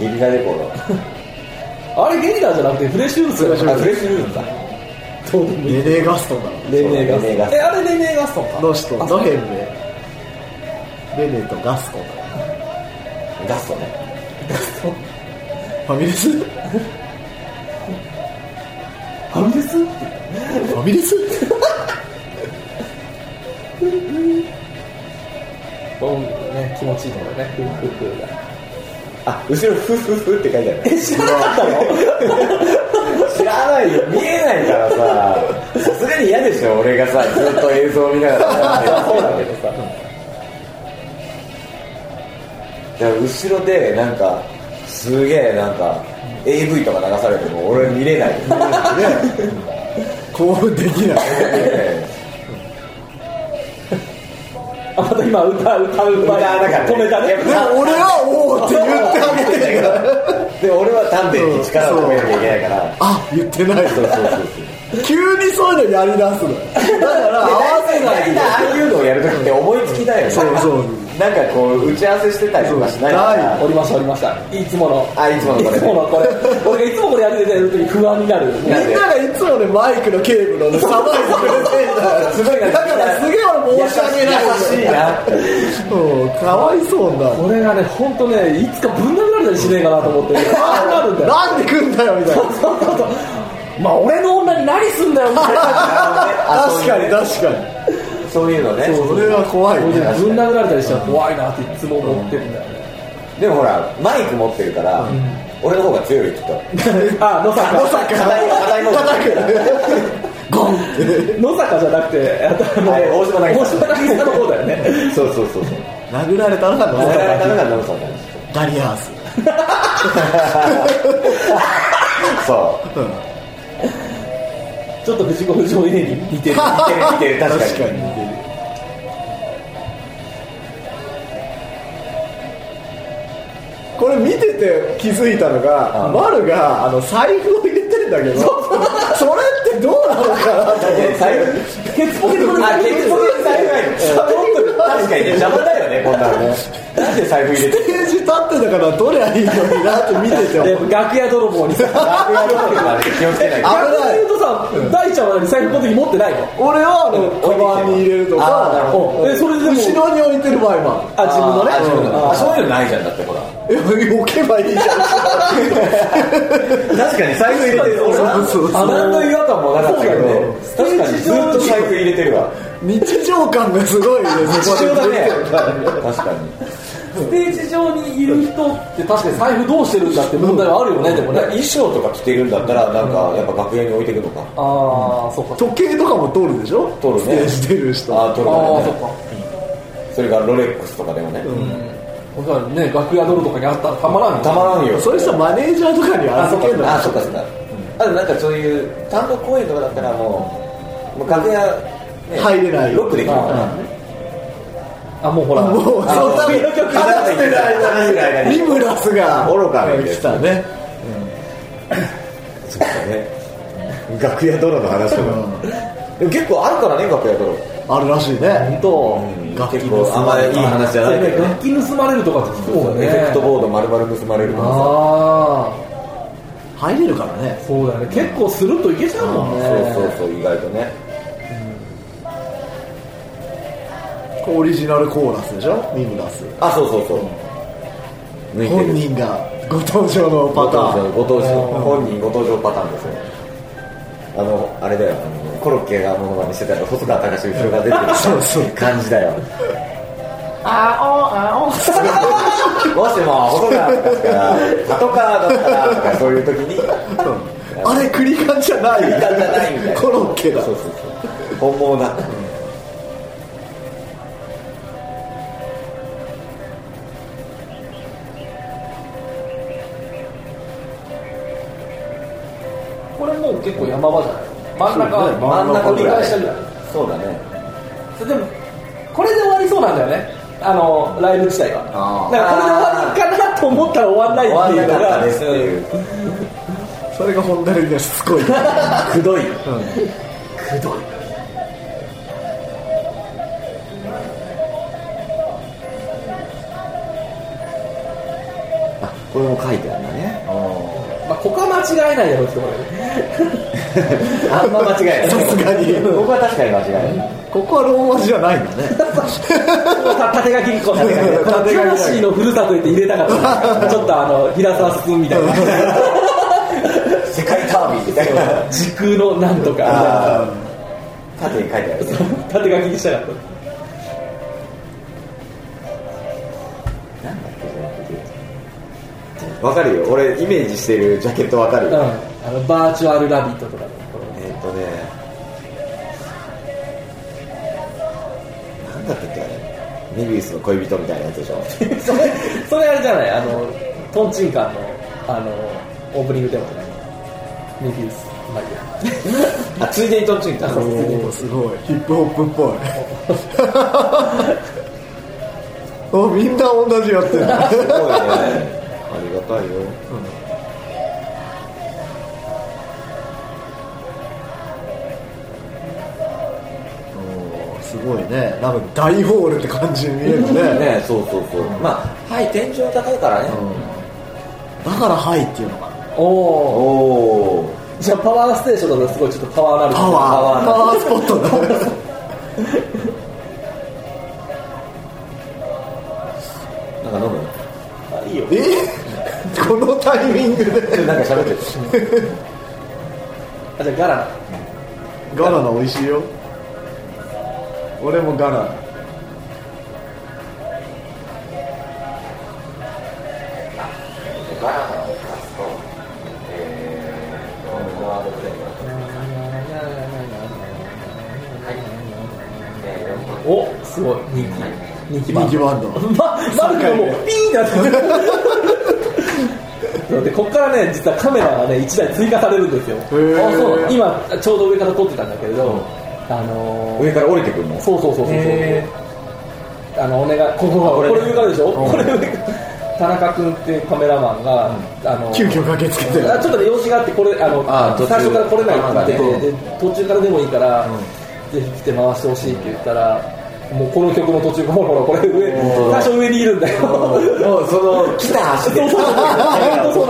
Speaker 1: ゲリラレコード
Speaker 3: あれゲリラじゃなくてフレッシュルーツ
Speaker 1: あフレッシュルーズだ
Speaker 3: どうでもいい
Speaker 2: レネガストンだろ
Speaker 3: レネガス
Speaker 1: レネ
Speaker 3: ト
Speaker 1: ガス
Speaker 3: ンえあれレネガストンか
Speaker 2: の人
Speaker 3: あそ
Speaker 2: の
Speaker 3: う
Speaker 2: 変でレネとガスコンだ
Speaker 1: ガストね
Speaker 2: ファミレスフ
Speaker 3: ファミレスって
Speaker 2: ァミレス
Speaker 3: うんね気持ちいいとこだよねフーフーフーが
Speaker 1: あ後ろフフフって書いてある
Speaker 3: え知らなかったの
Speaker 1: 知らないよ見えないからささすがに嫌でしょ俺がさずっと映像を見ながらそうだけどさだから後ろでなんかすげえなんか AV とか流されても俺見れないよ
Speaker 2: 興奮できない
Speaker 3: あまた今歌う歌う場合
Speaker 1: 歌わなかった
Speaker 3: 止めたね
Speaker 2: でも俺はおおって言ってあげてるから
Speaker 1: で俺は丹田に力を込めなきゃいけないから
Speaker 2: あ言ってない
Speaker 1: そうそうそうそう
Speaker 2: 急にそういうのやりだすのよだから合わせない
Speaker 1: 大体ああいうのをやるときって思いつきだよね
Speaker 2: そうそう
Speaker 1: なんかこう打ち合わせしてたりとかしないか
Speaker 2: そ
Speaker 1: ら
Speaker 2: う
Speaker 3: おりましたおりましたいつもの
Speaker 1: あいつものこれ
Speaker 3: いつものこれ俺がいつもこれやっててる時不安になる
Speaker 2: みんながいつもねマイクのケーブルをねさばいてくれてんだよ
Speaker 1: すごいな
Speaker 2: だからすげえ俺申し訳ない
Speaker 1: 優しいなって
Speaker 2: うんかわいそうだ
Speaker 3: これがね本当ねいつかぶん殴られたりしねえかなと思って不安になるんだよ
Speaker 2: なんで来んだよみたいな
Speaker 3: そうそうそうまあ俺の女に何すんだよみたいな
Speaker 2: 確かに確かに
Speaker 1: そういうのね
Speaker 2: それは怖いね
Speaker 3: ぶん殴られたりしたら怖いなっていつも思ってるんだよね
Speaker 1: でもほらマイク持ってるから、俺の方が強いよきっと
Speaker 3: あ野坂野坂
Speaker 1: 硬い硬いもん
Speaker 2: 叩く ゴンって
Speaker 3: 野坂じゃなくてあとあの
Speaker 1: あれ大島渚
Speaker 3: 大島渚の方だよね
Speaker 1: そうそうそうそう
Speaker 2: 殴られたのが
Speaker 1: なかな
Speaker 2: 野
Speaker 1: か
Speaker 2: 坂
Speaker 1: なか直さんなんです
Speaker 2: ガリアース
Speaker 1: そ
Speaker 3: ちょっと藤子不二雄に似て
Speaker 1: う見てる見てる
Speaker 3: る
Speaker 1: 確かに
Speaker 2: 確かに似てるこれ見てて気づいたのが、
Speaker 1: うん
Speaker 2: 丸があの財布を入れてんだけど、それってどうなのかなと思って
Speaker 1: で財布
Speaker 3: 結構
Speaker 1: あ結局財布ない確かにね邪魔だよねこんなのねなんで財布入れて
Speaker 2: ステージ立ってたからどりゃいいのになって見てて思う
Speaker 3: 楽屋泥棒にさ
Speaker 1: 楽屋とかね気をつけないと
Speaker 2: あ
Speaker 3: 逆に言うとさ大ちゃんは何財布この時持ってないの
Speaker 2: 俺はあの
Speaker 1: 置いてきて
Speaker 2: カバンに入れると
Speaker 1: あーなる
Speaker 2: か
Speaker 1: ほ
Speaker 2: う
Speaker 3: ど
Speaker 2: ん
Speaker 3: えそれでも
Speaker 2: 後ろに置いてる場合もある
Speaker 3: あ自分のね
Speaker 1: あ自分の
Speaker 3: うん
Speaker 1: あそういうのないじゃんだってほら
Speaker 2: え置けばいいじゃん
Speaker 1: 確かに財布入れてる俺
Speaker 2: そうそうそ
Speaker 1: あ
Speaker 2: う
Speaker 1: 何の違和感もなかったけどね
Speaker 3: そうだ
Speaker 1: 確
Speaker 3: よ
Speaker 1: かにずっと財布入れてるわ
Speaker 2: 日常感がすごいねそこ
Speaker 1: 必
Speaker 2: で
Speaker 1: 要だね確かに
Speaker 3: ステージ上にいる人って確かに財布どうしてるんだって問題はあるよね、でもね
Speaker 1: 衣装とか着てるんだったらなんかやっぱ楽屋に置いてくのか
Speaker 3: ああそっか
Speaker 2: 時計とかも取るでしょ
Speaker 1: 取るね
Speaker 2: ステージ出る人
Speaker 1: あー取る
Speaker 3: ああ
Speaker 1: わ
Speaker 3: そっ
Speaker 1: ね
Speaker 3: か
Speaker 1: それからロレックスとかでもね
Speaker 3: おそらくね楽屋ドルとかにあったらたまらんよ
Speaker 1: たまらんよ
Speaker 2: それさマネージャーとかに
Speaker 1: あそっ
Speaker 2: 預けるの
Speaker 1: かあそっかそっかあとなんかそういう単独公演とかだったらもうもう楽屋ね
Speaker 2: 入れない
Speaker 1: ロックできるから
Speaker 3: あもうほら
Speaker 2: もうそ
Speaker 1: あ
Speaker 2: のため
Speaker 1: あの
Speaker 2: 話してる
Speaker 1: 話してる
Speaker 2: 間
Speaker 1: 間
Speaker 2: に
Speaker 1: に
Speaker 2: リムラスが
Speaker 1: 愚かなやつ
Speaker 2: 来たね
Speaker 1: そうだね楽屋泥の話とかでも結構あるからね楽屋泥
Speaker 2: あるらしいね
Speaker 3: と
Speaker 2: 楽器
Speaker 1: 結構あんまりいい話じゃないけどね
Speaker 3: 楽器盗まれるとかって聞く
Speaker 1: そ
Speaker 3: よ
Speaker 1: うだね
Speaker 3: ね
Speaker 1: エフェクトボード丸々盗まれるとか
Speaker 3: ああ
Speaker 2: 入れるからね
Speaker 3: そうだよね結構スルッといけちゃうもん
Speaker 1: さ
Speaker 3: ね
Speaker 1: そうそうそう意外とね
Speaker 2: オリジナルコーラスでしょリムラス
Speaker 1: あそうそうそう抜いてる
Speaker 2: 本人がご登場の
Speaker 1: ご
Speaker 2: パタ
Speaker 1: 登場
Speaker 2: ーン
Speaker 1: ご登場本人ご登場パターンですよあのあれだよあのコロッケがモノマネしてたら細川隆史後ろが出てる
Speaker 2: そうそう
Speaker 1: 感じだよ
Speaker 2: あおあ
Speaker 1: もしも細川だったらパトカーだったらとかそういう時に
Speaker 2: おあれクリカンじゃない
Speaker 1: いい感じじゃないみたいな
Speaker 2: コロッケだ
Speaker 1: そうそうそう本物だ
Speaker 3: も結構山場じゃない真ん中、
Speaker 2: そうね
Speaker 3: 真
Speaker 1: 真
Speaker 3: ん
Speaker 1: ん
Speaker 3: 中
Speaker 1: 中
Speaker 3: 折
Speaker 1: ぐ
Speaker 3: り
Speaker 1: ら
Speaker 3: 返
Speaker 1: い
Speaker 3: したぐらい
Speaker 1: そうだね
Speaker 3: それでもこれで終わりそうなんだよねあのライブ自体は
Speaker 1: あー
Speaker 3: だからこれで終わりかなと思ったら終わんない
Speaker 1: 終わん
Speaker 3: っ
Speaker 1: な
Speaker 3: ていう
Speaker 1: か
Speaker 3: の
Speaker 1: った
Speaker 3: が
Speaker 1: ですっていう
Speaker 2: それが本田的なしつこい
Speaker 1: くどい
Speaker 3: くどい
Speaker 1: あこれも書いてあるんだね
Speaker 3: まあここは間違えないだろうって思うよ ね
Speaker 1: あんま間違えない
Speaker 2: さすがに
Speaker 1: ここは確かに間違えない
Speaker 2: ここはローマ字じゃないんだね
Speaker 3: た縦書きにこう縦書き
Speaker 2: 縦書き
Speaker 3: 魂のふるさとへって入れたかったちょっとあの平沢進みたいな
Speaker 1: 世界タービンみたいな
Speaker 3: 時空のなんとか
Speaker 1: あー縦に書いてあるね
Speaker 3: 縦書きにしたかった
Speaker 1: なんだっけじゃなくてわかるよ俺イメージしてるジャケットわかる
Speaker 3: うん、あのバーチュアルラビットとかのこの
Speaker 1: えーっとねなんだったっけあれメビウスの恋人みたいなやつでしょ
Speaker 3: それそれあれじゃないあのトンチンカンのあのオープニングテーマじゃないメビウスマリ
Speaker 1: あついでにとっちんか
Speaker 2: おーすごいヒップホップっぽい おみんな同じやって
Speaker 1: すご
Speaker 2: る
Speaker 1: いねありがたいよ
Speaker 2: おーすごいねなんか大ホールって感じに見えるね
Speaker 1: ねそうそうそうまあはい天井高いからね
Speaker 2: うんだから「はい」っていうのかな
Speaker 3: アおお
Speaker 1: おお
Speaker 3: じゃあパワーステーションだとすごいちょっとパワーなる
Speaker 2: パワーパワースポットだ
Speaker 1: な んか飲む
Speaker 3: ーいいよ
Speaker 2: えこのタイミングで
Speaker 1: なんか喋ってる
Speaker 3: あじゃあガラナ
Speaker 2: ガラナ美味しいよ俺もガラナ
Speaker 1: ガラガラガラスとえーとワードプレイ
Speaker 3: おすごい人気人気バン
Speaker 2: 人気
Speaker 3: ド
Speaker 2: バンド
Speaker 3: ま、マルクがもうピーな ってるでここからね実はカメラがね1台追加されるんですよあ
Speaker 2: ー
Speaker 3: そう今ちょうど上から撮ってたんだけれど、あのー
Speaker 1: 上から降りてくるの
Speaker 3: そうそうそうそう
Speaker 1: へ
Speaker 3: あのお願いここがこれ
Speaker 1: これ
Speaker 3: 上からでしょ
Speaker 2: うん
Speaker 3: これ上から田中君っていうカメラマンが、あのー
Speaker 2: 急遽駆けつけて
Speaker 3: あちょっとね用事があってこれあの
Speaker 1: あ途中
Speaker 3: 最初から来れないって言ってて、
Speaker 1: う
Speaker 3: で途中からでもいいから、ぜひ来て回してほしいって言ったら。もうこの曲の途中ほらほらこれ上
Speaker 1: おー
Speaker 3: 最初上にいるんだよ
Speaker 1: もうその来た走って
Speaker 3: そうなの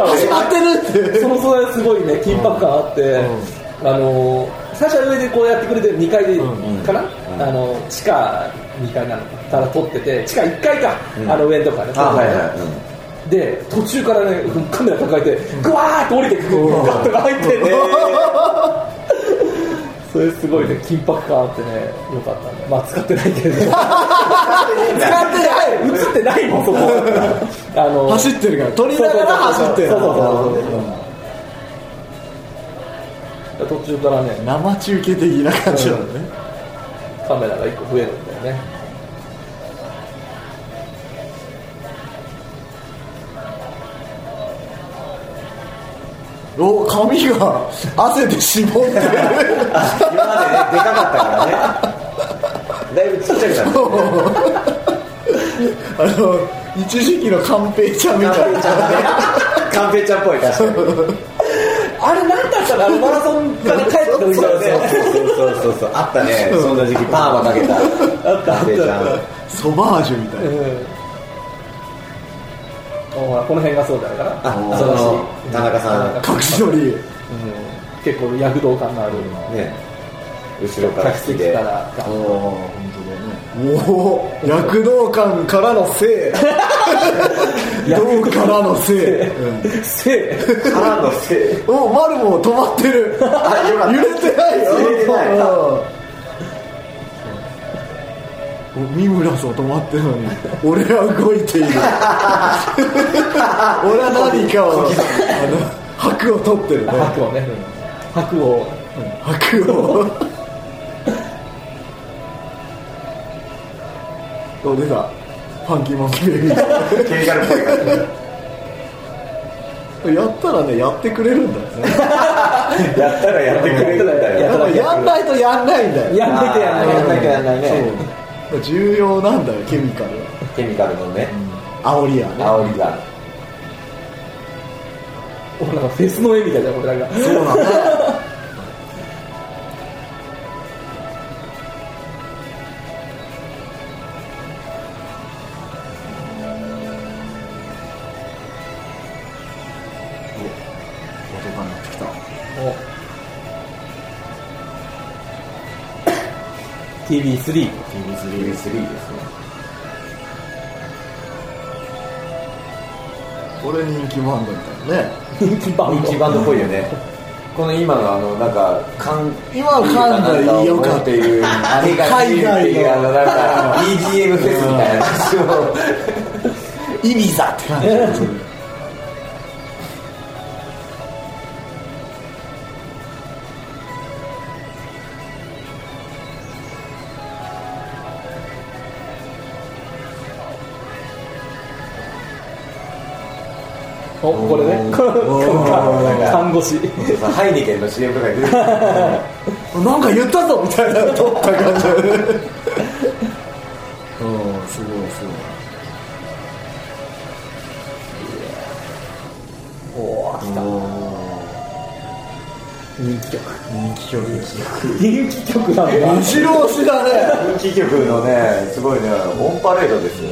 Speaker 2: 始まってるって
Speaker 3: その素材すごいね緊迫感あって、あのー最初は上でこうやってくれて2階で
Speaker 2: うん
Speaker 3: かな、あの地下2階なのから撮ってて地下1階か、
Speaker 1: うん
Speaker 3: あの上のとこからね
Speaker 1: あはいは
Speaker 3: で途中からねカメラ抱えてグワーッと降りてくる
Speaker 2: うん
Speaker 3: カットが入ってね それすごいね緊迫感あってねよかったねまあ使ってないけれど 使ってない映ってないもんそ こあの
Speaker 2: 走ってるから撮りながら走ってる
Speaker 3: そうそうそうそう
Speaker 2: う
Speaker 3: 途中からね
Speaker 2: ん生中継的な感じなのね
Speaker 3: カメラが1個増えるんだよね
Speaker 2: お髪が汗で絞ってる
Speaker 1: 今までねでかかったからねだいぶちっちゃくなった
Speaker 2: あの一時期の寛平ちゃんみたいな
Speaker 1: カンペちゃんっぽい確かに
Speaker 3: あれ何だったのあのマラソンから帰って
Speaker 1: そう
Speaker 3: きた
Speaker 1: そ
Speaker 3: よ
Speaker 1: う
Speaker 3: ね
Speaker 1: そうそうそうそうあったねそんな時期パーマかけたあったあった
Speaker 2: ソバージュみたいな
Speaker 3: うんほらこの辺がそうだから
Speaker 1: あその田中さん
Speaker 2: 隠し撮り
Speaker 3: うん結構躍動感のある
Speaker 1: ね後ろから
Speaker 3: 客
Speaker 1: 引き
Speaker 3: 席
Speaker 1: で
Speaker 3: から
Speaker 2: おお本当だねおお躍動感からの せい動からのせい、うん
Speaker 3: せえ
Speaker 1: からのせい
Speaker 2: お丸も止まってる
Speaker 1: あよかった
Speaker 2: 揺れてないよ
Speaker 1: 揺れてない
Speaker 2: うんお三村さん止まってるのに俺は動いている俺は何かをあの白を取ってるね
Speaker 3: 白をね白を
Speaker 2: 白をどう出たファンキーモンキーベイビー
Speaker 1: ケミカルっぽいから
Speaker 2: やったらねやってくれるんだよね
Speaker 1: やったらやってくれるんだ
Speaker 2: や
Speaker 1: よ
Speaker 2: っぱやんないとやんないんだよ
Speaker 3: やんないとやんな
Speaker 1: あーや
Speaker 3: い
Speaker 1: んないとやんないね
Speaker 2: そう重要なんだよケミカル
Speaker 1: ケミカルのね
Speaker 2: は煽りやね
Speaker 1: 煽りが
Speaker 3: 俺なんかフェスの絵みたいだこれなんか
Speaker 2: そうなんだお音が鳴ってきた
Speaker 3: お TV3
Speaker 1: TV3 ですね
Speaker 2: これ人気バンドみたいなね
Speaker 3: 人気バンド
Speaker 1: 人気バンドっぽいよねこの今のあのなんか韓
Speaker 2: 今は
Speaker 1: 韓
Speaker 2: 噛んだらよかっ
Speaker 1: って
Speaker 2: た
Speaker 1: いうあれがいいっていうあのなんか BGM フェスみたいな話を
Speaker 2: イビザって感じだね
Speaker 3: おこれねこの
Speaker 1: ー
Speaker 3: 看護師
Speaker 1: さハイニケンの CM とかに出てくる
Speaker 2: なんか言ったぞみたいな撮った感じだねうんすごいすごい
Speaker 3: おー来た人気曲
Speaker 2: 人気曲
Speaker 3: 人気曲なんだ
Speaker 2: 面白押しだね
Speaker 1: 人気曲のねすごいねオンパレードですよ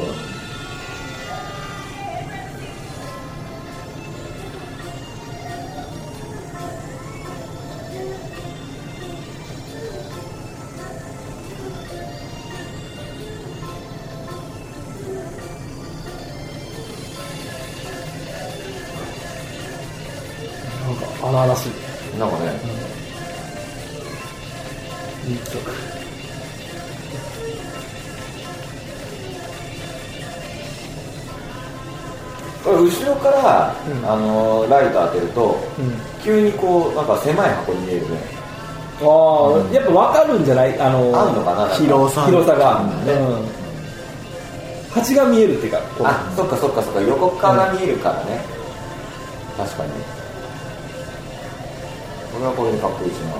Speaker 3: なんか荒々しい
Speaker 1: なんかね
Speaker 3: 人気曲
Speaker 1: これ後ろから、あのライト当てると、
Speaker 3: うん
Speaker 1: 急にこうなんか狭い箱に見えるね
Speaker 3: ああやっぱ分かるんじゃないあの
Speaker 1: あんのかななんか
Speaker 2: 広さ
Speaker 3: 広さが、
Speaker 1: ね
Speaker 3: うん蜂が見えるっていうかこう
Speaker 1: あそっかそっかそっか横から見えるからね、確かにこれはこれでかっこいいしな、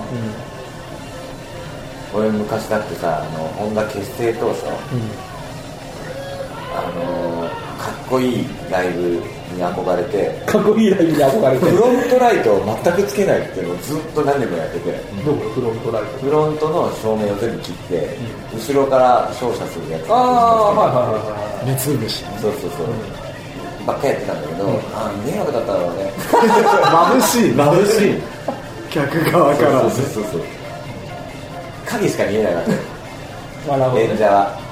Speaker 1: 俺昔だってさあの本田結成当初、あのかっこいいライブに憧れて
Speaker 3: かっこいいライブに憧れて
Speaker 1: フロントライトを全くつけないっていうのをずっと何年もやってて、
Speaker 3: どこフロントライ
Speaker 1: フロントの照明を全部切って、後ろから照射するやつ
Speaker 3: ああはいはいはいはい
Speaker 2: 熱うし
Speaker 1: そうそうそう、ばっかやってたんだけど、あー迷惑だっただろう ね
Speaker 2: 眩しい眩しい客側から
Speaker 1: そうそうそうそう影しか見えなかっ
Speaker 3: まあな
Speaker 1: た
Speaker 3: るほ どね
Speaker 1: 演者は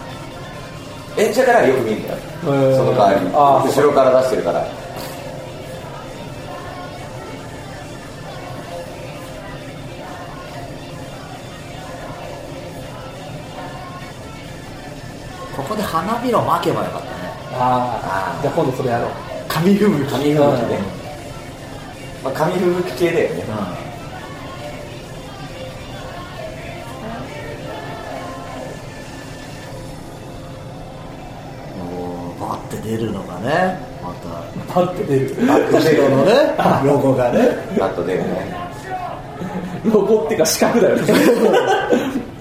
Speaker 1: 演者からはよく見えんだよそ
Speaker 3: ー
Speaker 1: の代わり
Speaker 3: あー
Speaker 1: 後ろから出してるから
Speaker 2: ここで花びらを巻けばよかったね
Speaker 3: ああじゃあ今度それやろう
Speaker 2: 紙吹雪
Speaker 1: 紙吹雪ね、まあ、紙吹雪系だよね
Speaker 2: うんバッて出るのがねまた
Speaker 3: パッて出る
Speaker 2: 後ろの ねロゴがね
Speaker 1: あとでね
Speaker 3: ロゴっていうか四角だよね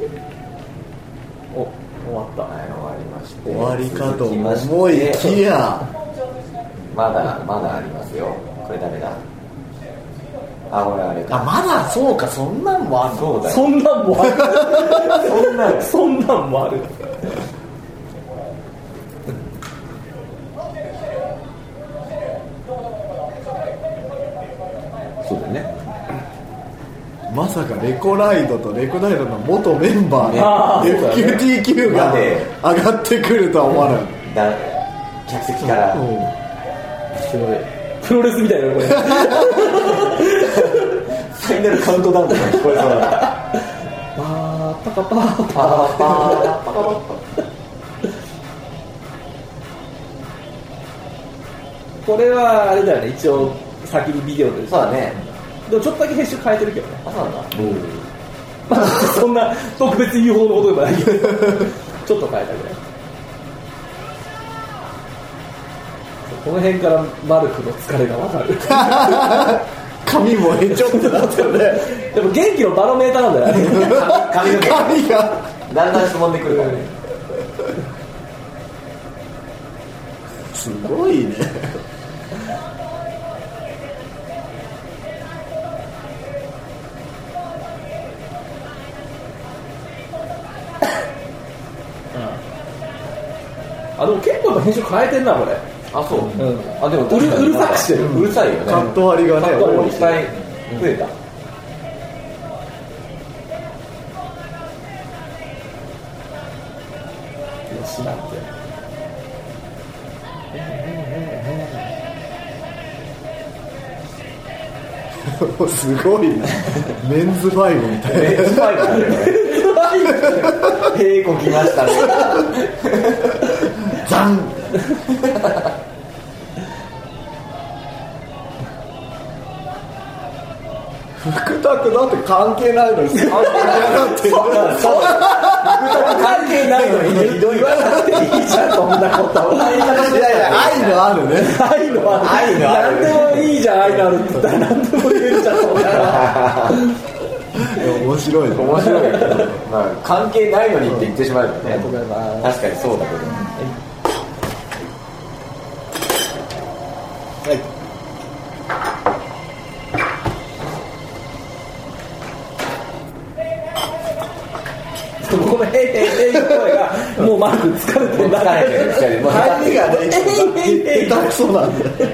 Speaker 3: お終わっ
Speaker 1: はい終わりまして
Speaker 2: 終わりかと
Speaker 1: 続きまして
Speaker 2: 思いきや
Speaker 1: まだまだありますよこれダメだあこれあれ
Speaker 2: あ
Speaker 1: か
Speaker 2: まだそうかそんなんもあんの
Speaker 1: そう
Speaker 3: た
Speaker 1: だよ
Speaker 3: そんなんもある
Speaker 1: そんなの
Speaker 3: そんなんもある
Speaker 1: そうだよね
Speaker 2: まさかレコライドとレコライドの元メンバー
Speaker 1: あ
Speaker 2: の
Speaker 1: ーそうだね
Speaker 2: FQTQ が
Speaker 1: まで
Speaker 2: 上がってくるとは思わなかっ
Speaker 1: だ客席か
Speaker 2: た
Speaker 1: ら
Speaker 2: うん
Speaker 3: すごいプロレスみたいだよこれ
Speaker 1: ファイナルカウントダウンとか聞こえそうだ
Speaker 3: パーパカパ
Speaker 1: パ
Speaker 3: ーパ
Speaker 1: ーパーパー
Speaker 3: これはあれだよね一応先にビデオで
Speaker 1: そうだね
Speaker 3: でもちょっとだけ編集変えてるけどね
Speaker 1: あそうなんだ
Speaker 3: まあそんな特別言うほどのことでもないけどちょっと変えたぐらいこの辺からマルクの疲れがわかる
Speaker 2: 髪もえちょってなってるね
Speaker 3: でも元気のバロメーターなんだよね
Speaker 1: 髪の毛
Speaker 2: 髪が
Speaker 1: だんだんしぼんでくるからね
Speaker 2: すごいね
Speaker 3: あでも結構やっぱ編集変えてんなこれ
Speaker 1: あそう、
Speaker 3: ん
Speaker 1: あでも
Speaker 3: う
Speaker 1: 確
Speaker 3: る
Speaker 1: かに
Speaker 3: うるさくしてる
Speaker 1: うるさいよね
Speaker 2: カット割りがね
Speaker 1: カット割りいっ
Speaker 2: 多い
Speaker 1: ぱい増えた、
Speaker 3: 吉なんて
Speaker 2: もうすごいねメンズファイブみたい
Speaker 1: めっちゃ前からねへえこきましたね
Speaker 2: なザン福田君だって関係ないのにすごい
Speaker 1: そう関係ないのにひどいわ
Speaker 3: いいじゃんそんなこと
Speaker 2: いやいや愛のあるね
Speaker 3: 愛のある
Speaker 1: 愛のある
Speaker 3: 何でもいいじゃん愛のあるって言ったら何でも言えるじゃんそんな
Speaker 2: いや面白いね
Speaker 1: 面白いけど、まあ、関係ないのにって言ってしまうよね、
Speaker 3: ごめんな
Speaker 1: 確かにそうだけど、
Speaker 3: でもこの「へいへいへい」の声がもうマーク疲れてんだ
Speaker 1: 疲れてる疲れてるもう下
Speaker 2: 相手がね
Speaker 3: えい
Speaker 2: 下手くそなんだよ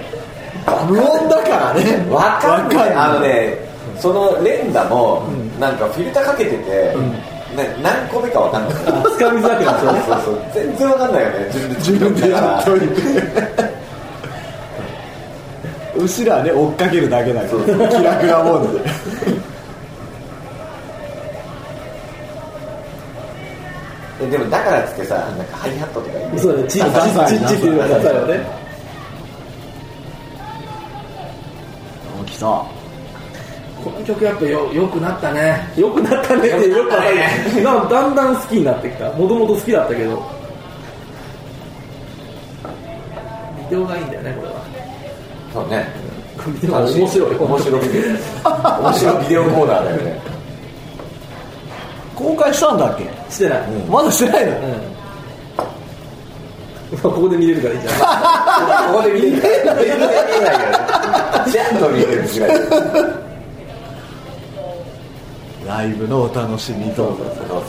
Speaker 2: 無音だからね
Speaker 1: わかんない
Speaker 2: わ
Speaker 1: あの
Speaker 2: かんない
Speaker 1: ねその連打もなんかフィルターかけてて、な何個目かわかんない
Speaker 3: つかみづらくなっちゃう
Speaker 1: そうそう全然わかんないよね
Speaker 2: 自分でやっといてうちらはね追っかけるだけだけど気楽なもんで
Speaker 1: えでもだからっつってさなんかハイハットとか言って
Speaker 3: そうだねチッチ
Speaker 2: ダ
Speaker 3: ッ
Speaker 2: サ
Speaker 3: チ
Speaker 2: い
Speaker 3: ッ
Speaker 2: な
Speaker 3: チッっていうのがダサいよね
Speaker 2: 来た
Speaker 3: この曲やっぱよよくなったねよくなったねってよくわかんないなんかだんだん好きになってきたもともと好きだったけどビデオがいいんだよねこれは
Speaker 1: そうね
Speaker 3: ビデオが面白い
Speaker 1: 面白い面白いビデオコーナーだよね
Speaker 2: 公開したんだっけ
Speaker 3: してない、うん
Speaker 2: まだしてないの
Speaker 3: ここで見れるからいいじゃん
Speaker 1: ここで見れない見れないよねちゃんと見れるしないそうそう
Speaker 2: ライブのお楽しみどうぞ
Speaker 1: そうそう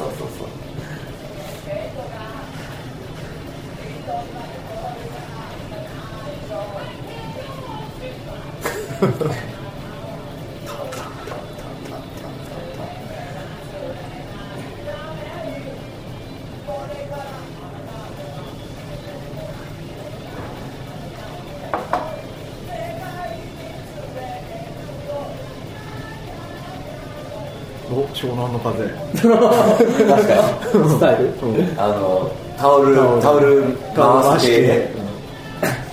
Speaker 2: お湘南の風
Speaker 1: 確かに
Speaker 3: スタイル、
Speaker 1: あのタオルタ
Speaker 2: タ
Speaker 1: オ
Speaker 2: オ
Speaker 1: ル回
Speaker 2: 回
Speaker 1: し
Speaker 2: してて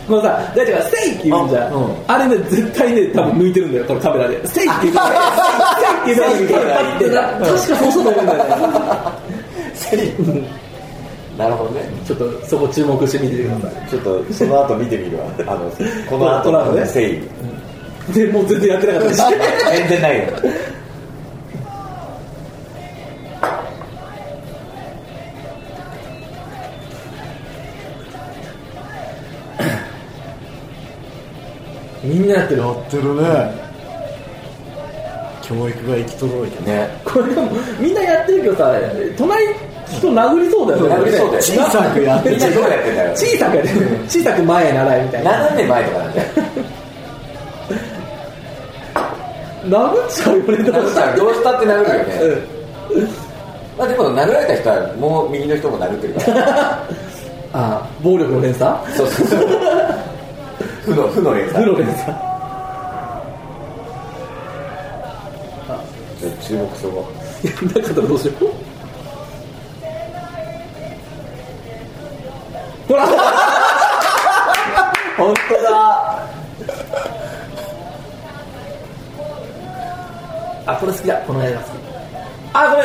Speaker 3: このさ大ちゃんが「セイ!」って言うんじゃんあ,、
Speaker 2: あうん
Speaker 3: れね絶対ね多分抜いてるんだよこのカメラで「セイ!」って言うんだよ「セイ!」って言うんだよ
Speaker 1: セイって言うんだよ
Speaker 3: 確かそうそうと思うんだよね
Speaker 1: なるほどね
Speaker 3: ちょっとそこ注目してみてくださ
Speaker 1: ちょっとその後見てみるわあのこの後
Speaker 3: トラ
Speaker 1: の
Speaker 3: ウね
Speaker 1: 誠意
Speaker 3: いでもう全然やってなかったし
Speaker 1: 全然ないよ
Speaker 3: みんなやってる
Speaker 2: やってるね教育が行き届いてね
Speaker 1: ね
Speaker 3: これでもみんなやってるけどさ隣人殴りそうだよね
Speaker 1: 殴りそうだよ
Speaker 2: 小さくやって
Speaker 1: みん
Speaker 2: る
Speaker 1: などうやってんだよ
Speaker 3: 小さくやってる小さく前へ習えみたいな
Speaker 1: 斜め前とかなんだよ
Speaker 3: 殴っちゃうよねど
Speaker 1: どう
Speaker 3: う
Speaker 1: し
Speaker 3: した
Speaker 1: た
Speaker 3: ら
Speaker 1: どうしたって殴るよね、
Speaker 3: うん
Speaker 1: まあ、でも殴られた人はもう右の人も殴ってるから
Speaker 3: あ暴力の連鎖
Speaker 1: そうそうそう負の負の連
Speaker 3: 負
Speaker 1: 鎖
Speaker 3: の連鎖
Speaker 1: ちょっと注目するわ
Speaker 3: いやなかったらどうしよう ほら
Speaker 1: 本当だ
Speaker 3: あこれ好きだこの映画好きあご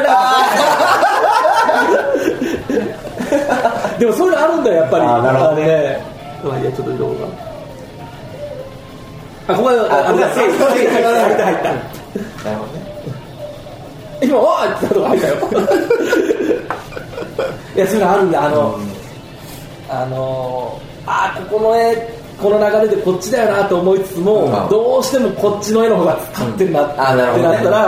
Speaker 3: めんな でもそういうのあるんだよやっぱり
Speaker 1: あーなるほど
Speaker 3: ねまあいいやちょっと色があここがあ
Speaker 1: こ
Speaker 3: れ
Speaker 1: こが
Speaker 3: だ
Speaker 1: セーフ
Speaker 3: 入った入った入った
Speaker 1: なるほどね
Speaker 3: 今わーってなとこ入ったよいやそれあるんだあの、あのーあーここの絵この流れでこっちだよなと思いつつも、
Speaker 1: うん
Speaker 3: どうしてもこっちの絵の方が勝ってんなって
Speaker 1: あなるほどね
Speaker 3: なったら、
Speaker 1: うん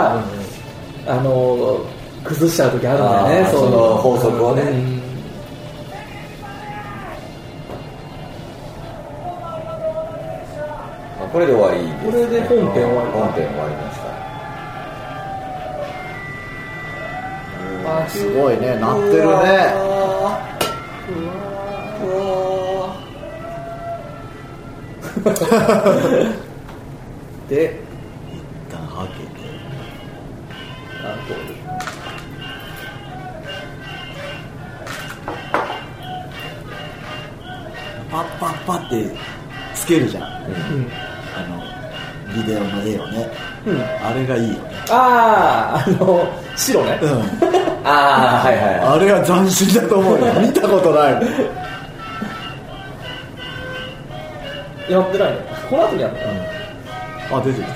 Speaker 3: あのー崩しちゃう時あるんだよ
Speaker 1: あ
Speaker 3: ね
Speaker 1: ー
Speaker 3: そういう
Speaker 1: その法則をね
Speaker 3: うん
Speaker 1: まあこれで終わりですね
Speaker 3: これで本編終わり
Speaker 1: 本編終わりました
Speaker 3: あ
Speaker 2: すごいねなって
Speaker 3: うわ
Speaker 2: るね
Speaker 3: ーうわーで
Speaker 2: 一旦はけて
Speaker 3: なんと
Speaker 2: パッパッパってつけるじゃん、
Speaker 3: うん
Speaker 2: あのビデオの絵をね、
Speaker 3: うん
Speaker 2: あれがいいよね
Speaker 3: あああの白ね、
Speaker 2: うん
Speaker 1: ああはいはいはい
Speaker 2: あれは斬新だと思うよ見たことないもん
Speaker 3: やってないのこの後にやった、
Speaker 2: あ出てき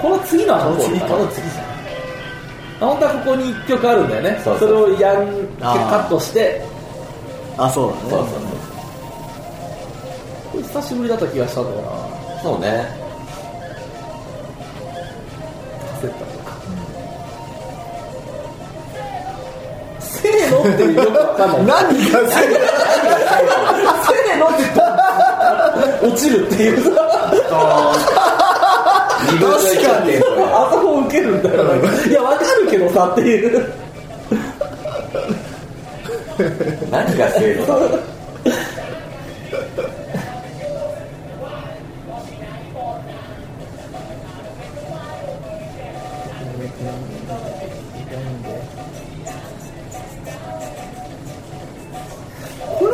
Speaker 3: この次の箱
Speaker 2: この次この次
Speaker 3: じゃん本当はここに1曲あるんだよね
Speaker 1: そうそうそう
Speaker 3: れをやん
Speaker 2: あー
Speaker 3: カットして
Speaker 2: たあそうだね
Speaker 1: そうそう
Speaker 3: これ久しぶりだった気がしたんだよな
Speaker 1: そうそうね
Speaker 3: カセットとか、せーのってよくわかん ない
Speaker 2: 何がせ
Speaker 3: せーのって言ったら落ちるっていう
Speaker 1: 二分の一だっていうこれ
Speaker 3: あそこ受けるんだよないやわかるけどさっていう
Speaker 1: 何が正義だろう
Speaker 3: こ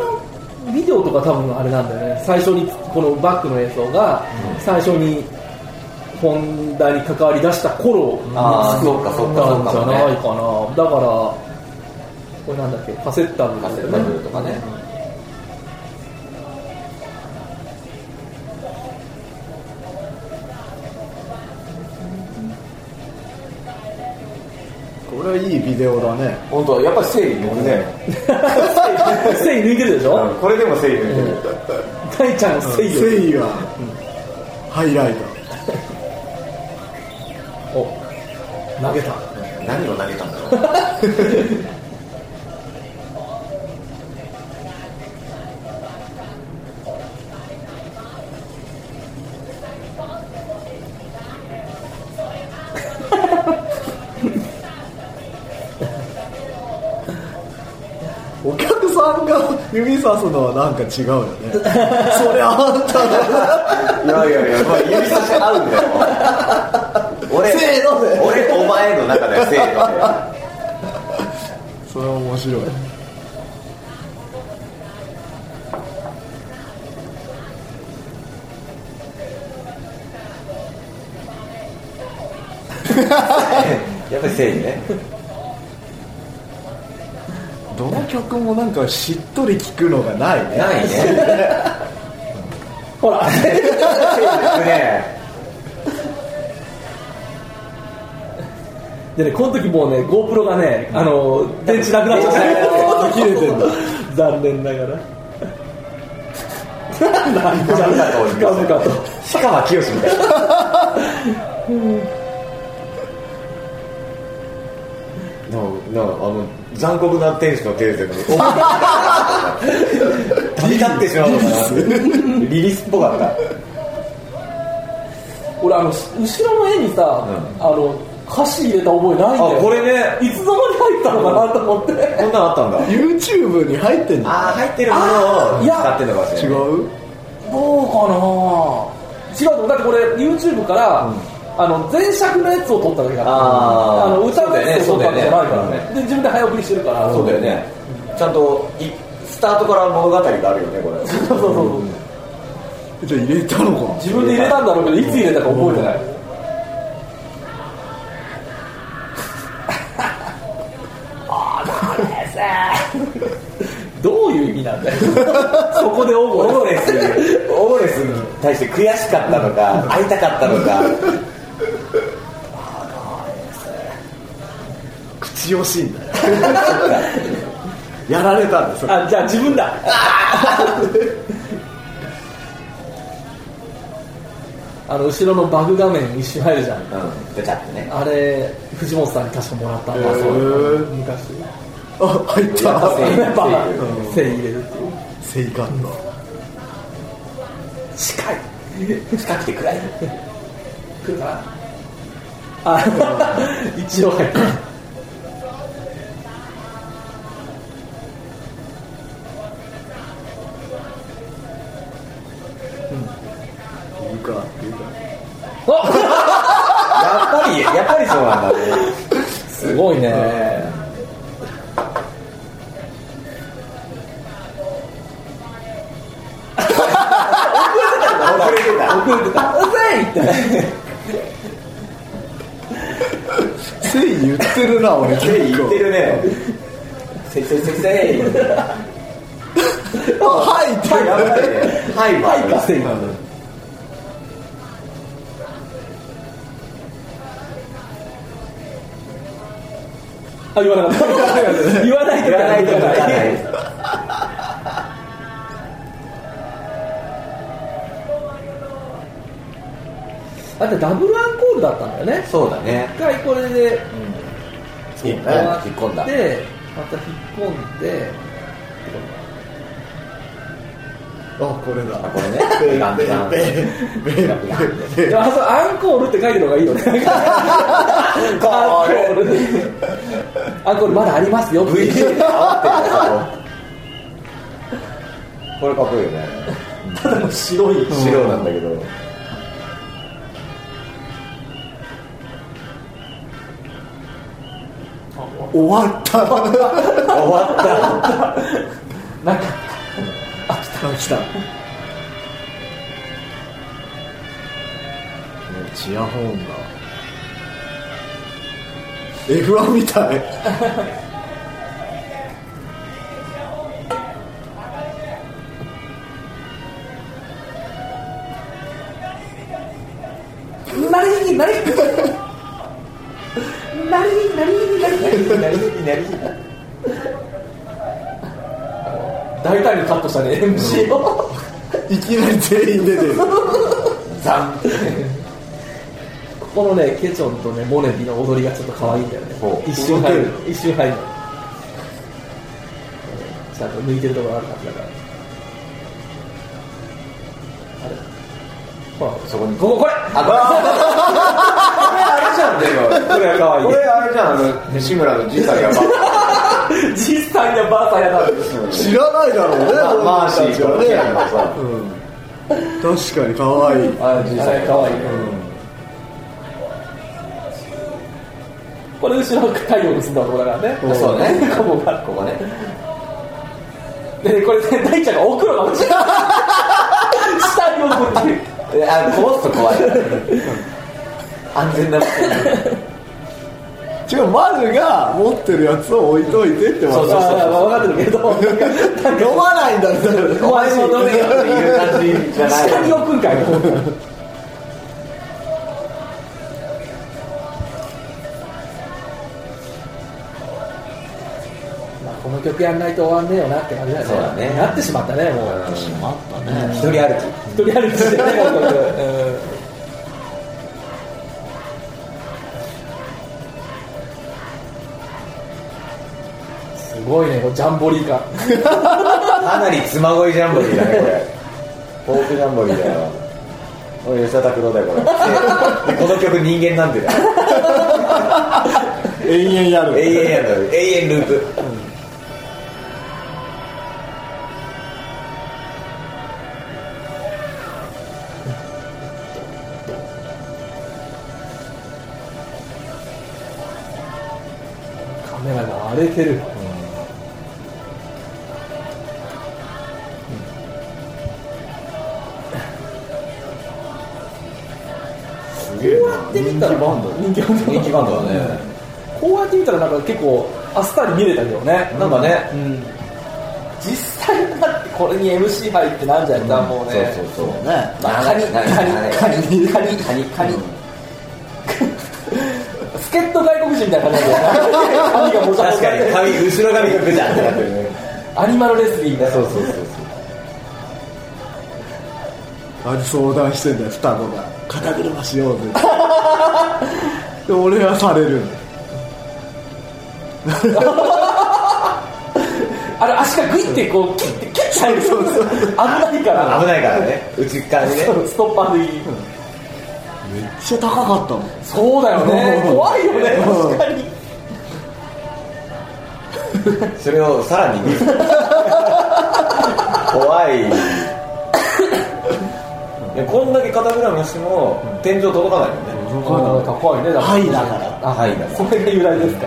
Speaker 3: のビデオとか多分あれなんだよね最初にこのバックの映像が最初に本題に関わり出した頃
Speaker 1: あーそっかそっかそっか
Speaker 3: なんじゃないかなだからこれなんだっけカセッタブル
Speaker 1: カセ
Speaker 3: だよ
Speaker 1: ット
Speaker 3: ね
Speaker 1: ブルと かね
Speaker 2: これはいいビデオだね
Speaker 1: 本当やっぱり正義僕ね
Speaker 3: せい抜いてるでしょ
Speaker 1: これでも正義抜いてる
Speaker 3: 大ちゃんのせいよ
Speaker 2: 誠意がハイライト
Speaker 3: お投げた
Speaker 1: 何を投げたんだろう
Speaker 2: お客さんが指さすのはなんか違うよねそれあんただ
Speaker 1: いやいやいやこれ指差し合うんだよ俺
Speaker 2: せーので
Speaker 1: 俺とお前の中ではせーので
Speaker 2: それは面白い
Speaker 1: やっぱり正義ね
Speaker 2: どの曲もなんかしっとり聴くのがないね
Speaker 1: ないね
Speaker 3: ほら
Speaker 1: ね
Speaker 3: でねこの時もうね GoPro がねあの電池なくなっちゃって
Speaker 2: 切れてんだ
Speaker 3: 残念ながらなんだ
Speaker 1: 深々と
Speaker 3: 深々と
Speaker 1: 氷川きよしみたいなうんななあの残酷な天使のテーゼの旅立ってしまうのかなリリスっぽかった
Speaker 3: 俺あの後ろの絵にさ、
Speaker 1: ん
Speaker 3: あの歌詞入れた覚えないんだよ
Speaker 1: あこれね
Speaker 3: いつの間に入ったのかなと思って、
Speaker 1: こんなんあったんだ
Speaker 2: YouTube に入ってんの
Speaker 1: ああ入ってるもの
Speaker 3: あー
Speaker 1: を
Speaker 3: いや
Speaker 1: 使ってんのかもしれない
Speaker 2: 違う
Speaker 3: どうかな違うと思うだってこれ YouTube から、あの前作のやつを撮っただけだから
Speaker 1: あー
Speaker 3: の歌のやつを撮ったわけじゃないから
Speaker 1: そうだ
Speaker 3: ね
Speaker 1: よね
Speaker 3: で自分で早送りしてるから
Speaker 1: そうだよねちゃんといスタートから物語があるよねこれ
Speaker 3: そうそうそう
Speaker 2: じゃあ入れたのか
Speaker 3: 自分で入れたんだろうけどいつ入れたか覚えてない、ああどうですどういう意味なんだよ そこでオ
Speaker 1: オ
Speaker 3: ゴ
Speaker 1: ーレスオーレスに対して悔しかったのか会いたかったのか
Speaker 2: 口惜しいんだよやられたんです
Speaker 3: あじゃあ自分だ あの後ろのバグ画面一瞬入るじゃん
Speaker 1: うんガチャってね
Speaker 3: あれ藤本さんに確かもらったんだ、
Speaker 2: へー
Speaker 3: 昔
Speaker 2: あ入った
Speaker 3: やっぱ
Speaker 1: うん
Speaker 3: 線入れるっていう
Speaker 2: 性感だ
Speaker 3: 近い
Speaker 1: 近くて暗い
Speaker 3: 来るかなあ一応入った
Speaker 2: いいかいいか
Speaker 3: あ
Speaker 1: やっぱりやっぱりそうなんだね
Speaker 3: すごいね
Speaker 1: 遅れてた
Speaker 3: 遅れてたうぜいって
Speaker 2: 性言ってるな俺結
Speaker 1: 言
Speaker 2: 構
Speaker 1: ってるねせせせせい
Speaker 2: あはいって
Speaker 1: やばいねはい
Speaker 3: はいパセイあ言わなかった言わないと
Speaker 1: 言わないとわかんない
Speaker 3: だってダブルアンコールだったんだよね
Speaker 1: そうだね
Speaker 3: 一回これで
Speaker 1: 引っ
Speaker 3: 終わ
Speaker 1: 込んだ
Speaker 3: でまた引っ込んで
Speaker 2: あこれだ
Speaker 1: あこれね
Speaker 2: ペ
Speaker 1: ガン
Speaker 2: ンペ
Speaker 1: ガン
Speaker 2: ンペンペン
Speaker 1: ガンガン
Speaker 3: いやあそうアンコールって書いてるのがいいよねアンコールアンコールまだありますよって
Speaker 1: VJ で慌ててたこれかっこいいよね
Speaker 3: ただの白い
Speaker 1: 白なんだけど
Speaker 2: 終わった
Speaker 1: 終わった
Speaker 3: なんか
Speaker 2: あ来たもうチアホーンだ F1 みたい
Speaker 1: な
Speaker 3: なりになりになりになりになりに
Speaker 1: りなり
Speaker 3: 大体のカットしたね MC を
Speaker 2: いきなり全員出てる
Speaker 1: ザン
Speaker 3: ここのねケチョンとねモネビの踊りがちょっと可愛いんだよね
Speaker 1: ほう
Speaker 3: 一瞬入る
Speaker 2: 動
Speaker 3: 一瞬入るのうんちゃんと抜いてるところあるはずだからあれほら
Speaker 1: そこに
Speaker 3: こここれ
Speaker 1: あこれあれじゃんでもこれ可愛いこれあれじゃんあの志村のじいさんがバ
Speaker 3: 実際にはバーサーやな
Speaker 2: 知らないだろうね
Speaker 1: カマーシーと
Speaker 2: 俺
Speaker 1: キア
Speaker 2: た
Speaker 1: ラがさ
Speaker 2: ちはね確かに可愛い
Speaker 1: あのじいさん
Speaker 3: 可愛いこれ後ろ太陽結んだとこだからね
Speaker 1: んそうね
Speaker 3: ここが
Speaker 1: ここね
Speaker 3: でこれね大ちゃんが送るの かもしれない下に送ってる
Speaker 1: えあこぼすと怖い安全な場所に
Speaker 2: 違うマルが持ってるやつを置いといてって
Speaker 1: そうそう
Speaker 3: ま
Speaker 1: そ
Speaker 3: あ
Speaker 1: う
Speaker 3: まあ分かってるけど
Speaker 2: 飲まないんだね
Speaker 3: お前も
Speaker 1: 飲めよっていう感じじゃない
Speaker 3: 下に置くんかいまあこの曲やんないと終わんねえよなって感じだよね
Speaker 1: そうだね
Speaker 3: なってしまったねもう、
Speaker 2: あったね
Speaker 1: 一人歩き
Speaker 3: 一人歩きしてねもうこれうんすごいねこれジャンボリー感
Speaker 1: かなり妻恋ジャンボリーだねこれフォークジャンボリーだよこれ吉田拓郎だよこれでこの曲人間なんてだよ
Speaker 2: 永遠やる
Speaker 1: 永遠やんだよ永遠ループ
Speaker 3: カメラが荒れてる、
Speaker 2: すげえ
Speaker 3: こうやって見たら人気バンド
Speaker 1: 人気バンドだね
Speaker 3: こうやって見たらなんか結構あっさり見れたけどね
Speaker 1: なんかね
Speaker 3: うん実際だってこれに MC 入ってなんじゃったらもうね
Speaker 1: そうそうそう
Speaker 2: ね
Speaker 3: まあカニ
Speaker 1: な
Speaker 3: カ
Speaker 1: い
Speaker 3: ニ
Speaker 1: ない
Speaker 3: カニカニ
Speaker 1: カニ
Speaker 3: カニ助っ人外国人みたいな感じだよな髪がもちゃも
Speaker 1: 確
Speaker 3: ちゃ
Speaker 1: かに髪後ろ髪がぐちゃってなってるね
Speaker 3: アニマルレスリングだ
Speaker 1: そうそうそうそう
Speaker 2: あれ相談してんだよ双子が肩車しようぜで俺はされるんだよ
Speaker 3: あれ足がグイってこう切って切っちゃうそうそう危ないから
Speaker 1: 危ないからね内っ側にね
Speaker 3: そうストッパーでいい
Speaker 2: めっちゃ高かったもん
Speaker 3: そうだよね
Speaker 2: うん
Speaker 3: 怖いよ
Speaker 2: う
Speaker 3: ね
Speaker 2: ん
Speaker 3: 確かに
Speaker 1: それをさらに見る怖いいやこんだけ肩車しても天井届かないもんね
Speaker 3: なんか怖いねだ
Speaker 2: はいだから
Speaker 3: あ
Speaker 1: はいだから
Speaker 3: それが由来ですか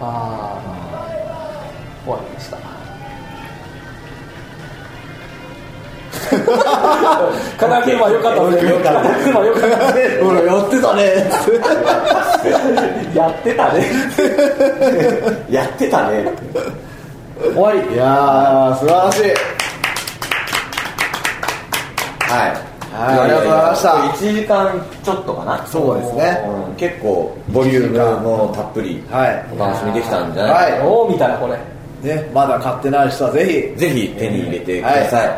Speaker 3: ああ終わりました 片車良かったね
Speaker 1: よかった
Speaker 3: 片車良かったね
Speaker 2: ほらやってたね
Speaker 3: やってたね
Speaker 1: やってたね
Speaker 3: 終わり
Speaker 2: いやー素晴らしい
Speaker 1: はい
Speaker 2: はいありがとうございました
Speaker 1: 1時間ちょっとかな
Speaker 2: そうですね
Speaker 1: うん結構ボリュームもたっぷり
Speaker 2: はい
Speaker 1: お楽しみできたんじゃないかな、
Speaker 3: どう見たらこれ
Speaker 2: ねまだ買ってない人はぜ
Speaker 1: ぜひ手に入れてください、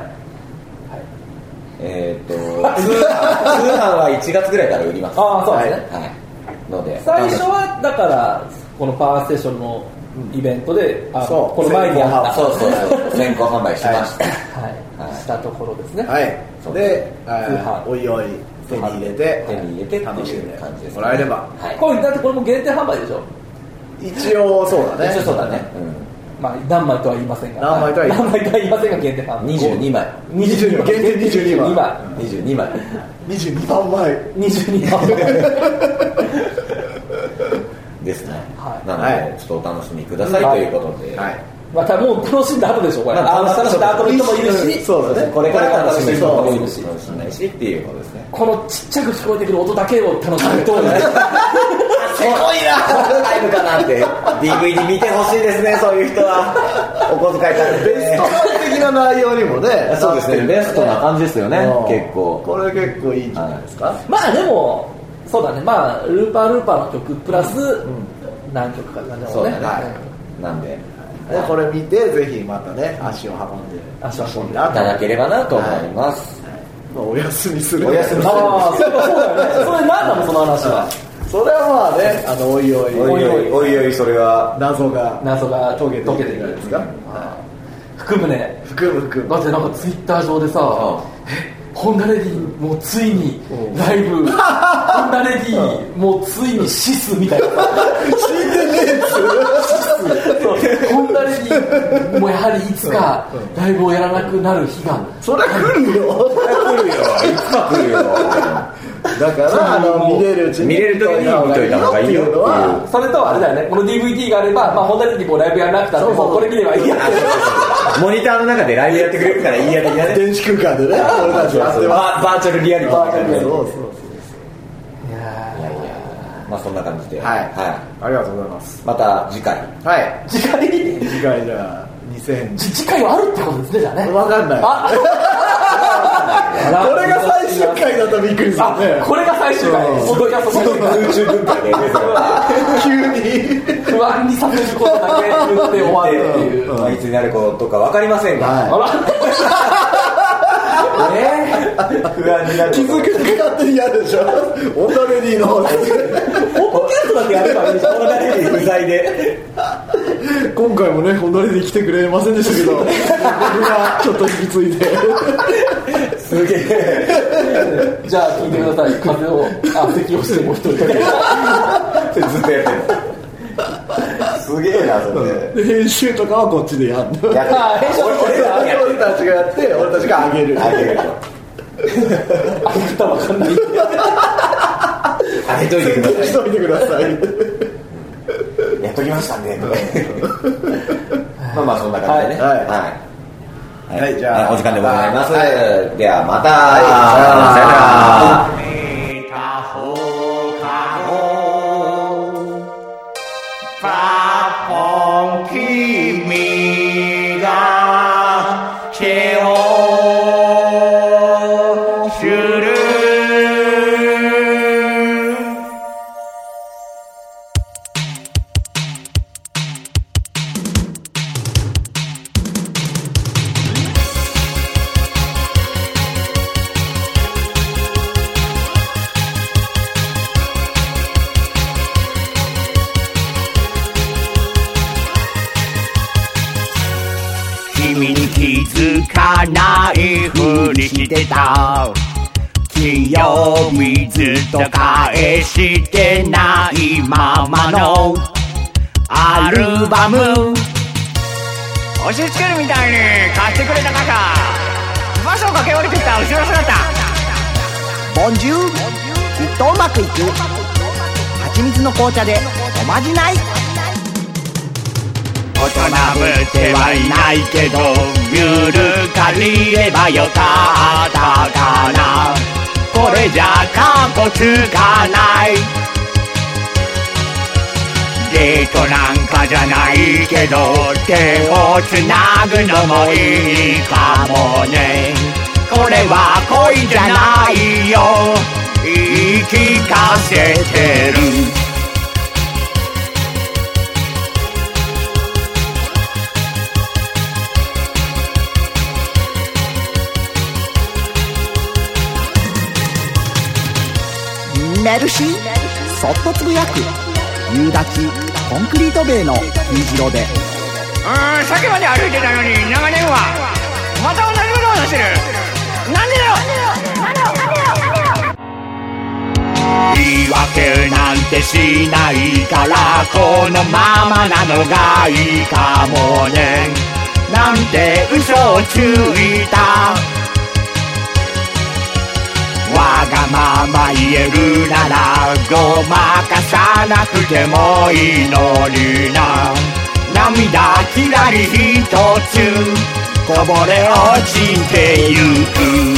Speaker 1: えーっと通販通販は1月ぐらいから売ります
Speaker 3: ああそうですね、
Speaker 1: はい、ので
Speaker 3: 最初はだからこのパワーステーションのイベントで、あ
Speaker 2: そう
Speaker 3: この前にやった
Speaker 1: そうそうそう先行販売しました、
Speaker 3: はい
Speaker 1: はい
Speaker 3: したところですね、
Speaker 2: ひはい
Speaker 1: そう
Speaker 2: で
Speaker 1: で
Speaker 2: はいおいおい手に入れて
Speaker 1: 手に入れてって
Speaker 2: 楽し
Speaker 1: い
Speaker 2: んで
Speaker 1: う感じです、
Speaker 2: もらえれば
Speaker 1: はい
Speaker 3: これだってこれも限定販売でしょ
Speaker 2: 一応そうだね
Speaker 1: 一応そうだね、
Speaker 3: まあ何枚とは言いませんが
Speaker 2: 何枚とは言い
Speaker 3: 何枚とは言いませんが限定販
Speaker 1: うん、
Speaker 3: 売
Speaker 1: 22枚
Speaker 2: 22枚限定22枚
Speaker 1: 22枚
Speaker 2: 22万枚
Speaker 3: 22枚
Speaker 1: ですね、
Speaker 3: はい
Speaker 1: なので、
Speaker 2: はい
Speaker 1: ちょっとお楽しみください、
Speaker 3: はい
Speaker 1: ということで、
Speaker 2: はい
Speaker 3: まあ多分もう楽しんだ後でしょこれ、
Speaker 1: まあ
Speaker 3: あの、楽しんだ後の人もいるし
Speaker 2: そうだね
Speaker 1: これから楽しみ人もいる
Speaker 3: そ
Speaker 1: し
Speaker 3: う
Speaker 1: 楽しみないしっていうことですね
Speaker 3: このちっちゃく聞こえてくる音だけを楽しむと
Speaker 1: せこいなライブかな って DVD 見てほしいですねそういう人はお小遣いから
Speaker 2: ベスト的な内容にもね
Speaker 1: そうですねベストな感じですよね
Speaker 2: うん
Speaker 1: 結構
Speaker 2: これ結構いいんじゃないですか
Speaker 3: まあでもそうだねまあルーパールーパーの曲プラス、何曲かだね
Speaker 1: そうだね、
Speaker 3: はい
Speaker 1: なんで
Speaker 2: でこれ見てぜひまたね足を運んで
Speaker 3: 足を運んで
Speaker 2: ほし
Speaker 1: いただければなと思います、
Speaker 2: まあお休みする
Speaker 1: お休みする
Speaker 3: ああ、そうだそうだよね。それ何なのその話は。
Speaker 2: それはまあねあのおいおい
Speaker 1: おいおいおいおいそれは
Speaker 2: 謎が
Speaker 3: 謎が
Speaker 2: 解けて
Speaker 3: 解け
Speaker 2: い
Speaker 3: て
Speaker 2: くん
Speaker 3: いく
Speaker 2: じゃないですか
Speaker 3: 含むね。
Speaker 2: 含む含
Speaker 3: だ
Speaker 2: む
Speaker 3: ってなんかツイッター上でさ、
Speaker 1: う
Speaker 3: えホンダレディもうついに
Speaker 2: うん
Speaker 3: ライ ブ、ホンダレディもうついにシスみたいな。ホンダレディもやはりいつかライブをやらなくなる日が。
Speaker 2: そりゃ来るよ
Speaker 1: 来るよいつか来るよ
Speaker 2: だからあの見れるうちに
Speaker 1: 見れる時に見といた方がいいよっていう
Speaker 2: のは
Speaker 3: それとはあれだよね、この DVD があれば、まあ、ホンダレディもライブやらなくたって、
Speaker 2: そうそう
Speaker 3: もうこれ見ればいいや。
Speaker 1: モニターの中でライブやってくれるからいいやでいいやで
Speaker 2: 電子空間でね俺たちはやってま
Speaker 1: ババーチャルリアリティみたいな
Speaker 2: す
Speaker 1: ね
Speaker 2: そうそう
Speaker 1: まあそんな感じで
Speaker 2: はい
Speaker 1: は
Speaker 2: ありがとうございます
Speaker 1: いまた次回
Speaker 2: はい
Speaker 3: 次回に、
Speaker 2: 次回じゃあ2000
Speaker 3: じ次回はあるってことですね、じゃあね。
Speaker 2: わかんない
Speaker 3: あ
Speaker 2: これが最終回だとびっくりするね
Speaker 3: あこれが最終回
Speaker 2: うん
Speaker 3: ポッドキャスト最終回
Speaker 1: 空中分解で
Speaker 2: 急に
Speaker 3: 不安にさせることだけ言って終わるっていう、
Speaker 1: まあいつになることか分かりませんが
Speaker 2: は
Speaker 3: あらね
Speaker 1: 不安になる
Speaker 2: い気づくの勝手にや るでしょオタレディの方
Speaker 3: えポッドキャストだけやればいいでしょ
Speaker 1: この誰に不在で
Speaker 2: 今回もねホンダレディ来てくれませんでしたけど僕がちょっと引き継いです
Speaker 1: げえ
Speaker 3: じゃあ聞いてください風邪をあ咳をしてもう一人
Speaker 1: ずっとやってるすげえなそれ
Speaker 2: で編集とかはこっちでやん の
Speaker 1: やってる
Speaker 3: あ編集
Speaker 1: 俺俺らはやって
Speaker 2: 俺たちがやって俺たちがあげる
Speaker 1: るあげるよ
Speaker 3: あげ方わかんない
Speaker 1: あげといてください
Speaker 2: しといてください
Speaker 1: やっときましたね。まあまあそんな感じでね。
Speaker 2: はい
Speaker 1: はい。
Speaker 2: はいじゃあ
Speaker 1: お時間でございます。
Speaker 2: は
Speaker 1: ではまた。
Speaker 2: い
Speaker 1: さよなら。
Speaker 4: Mika. 君に気づかないふりしてた金曜日ずっと返してないままのアルバム押し付けるみたいに買ってくれた傘場所を駆け下りてきた後ろ姿
Speaker 5: ボンジュールきっとうまくいく蜂蜜の紅茶でおまじない
Speaker 4: 大人ぶってはいないけどゆるかりればよかったかなこれじゃかっこつかないデートなんかじゃないけど手をつなぐのもいいかもねこれは恋じゃないよ言い聞かせてる
Speaker 5: メルシーそっとつぶやく夕立コンクリート塀の虹色で
Speaker 4: うーんさっきまで歩いてたのに長年はまた同じことを話してるなんでだよ言い訳なんてしないからこのままなのがいいかもねなんて嘘をついたわがまま言えるならごまかさなくてもいいのにな涙きらりひとつこぼれ落ちてゆく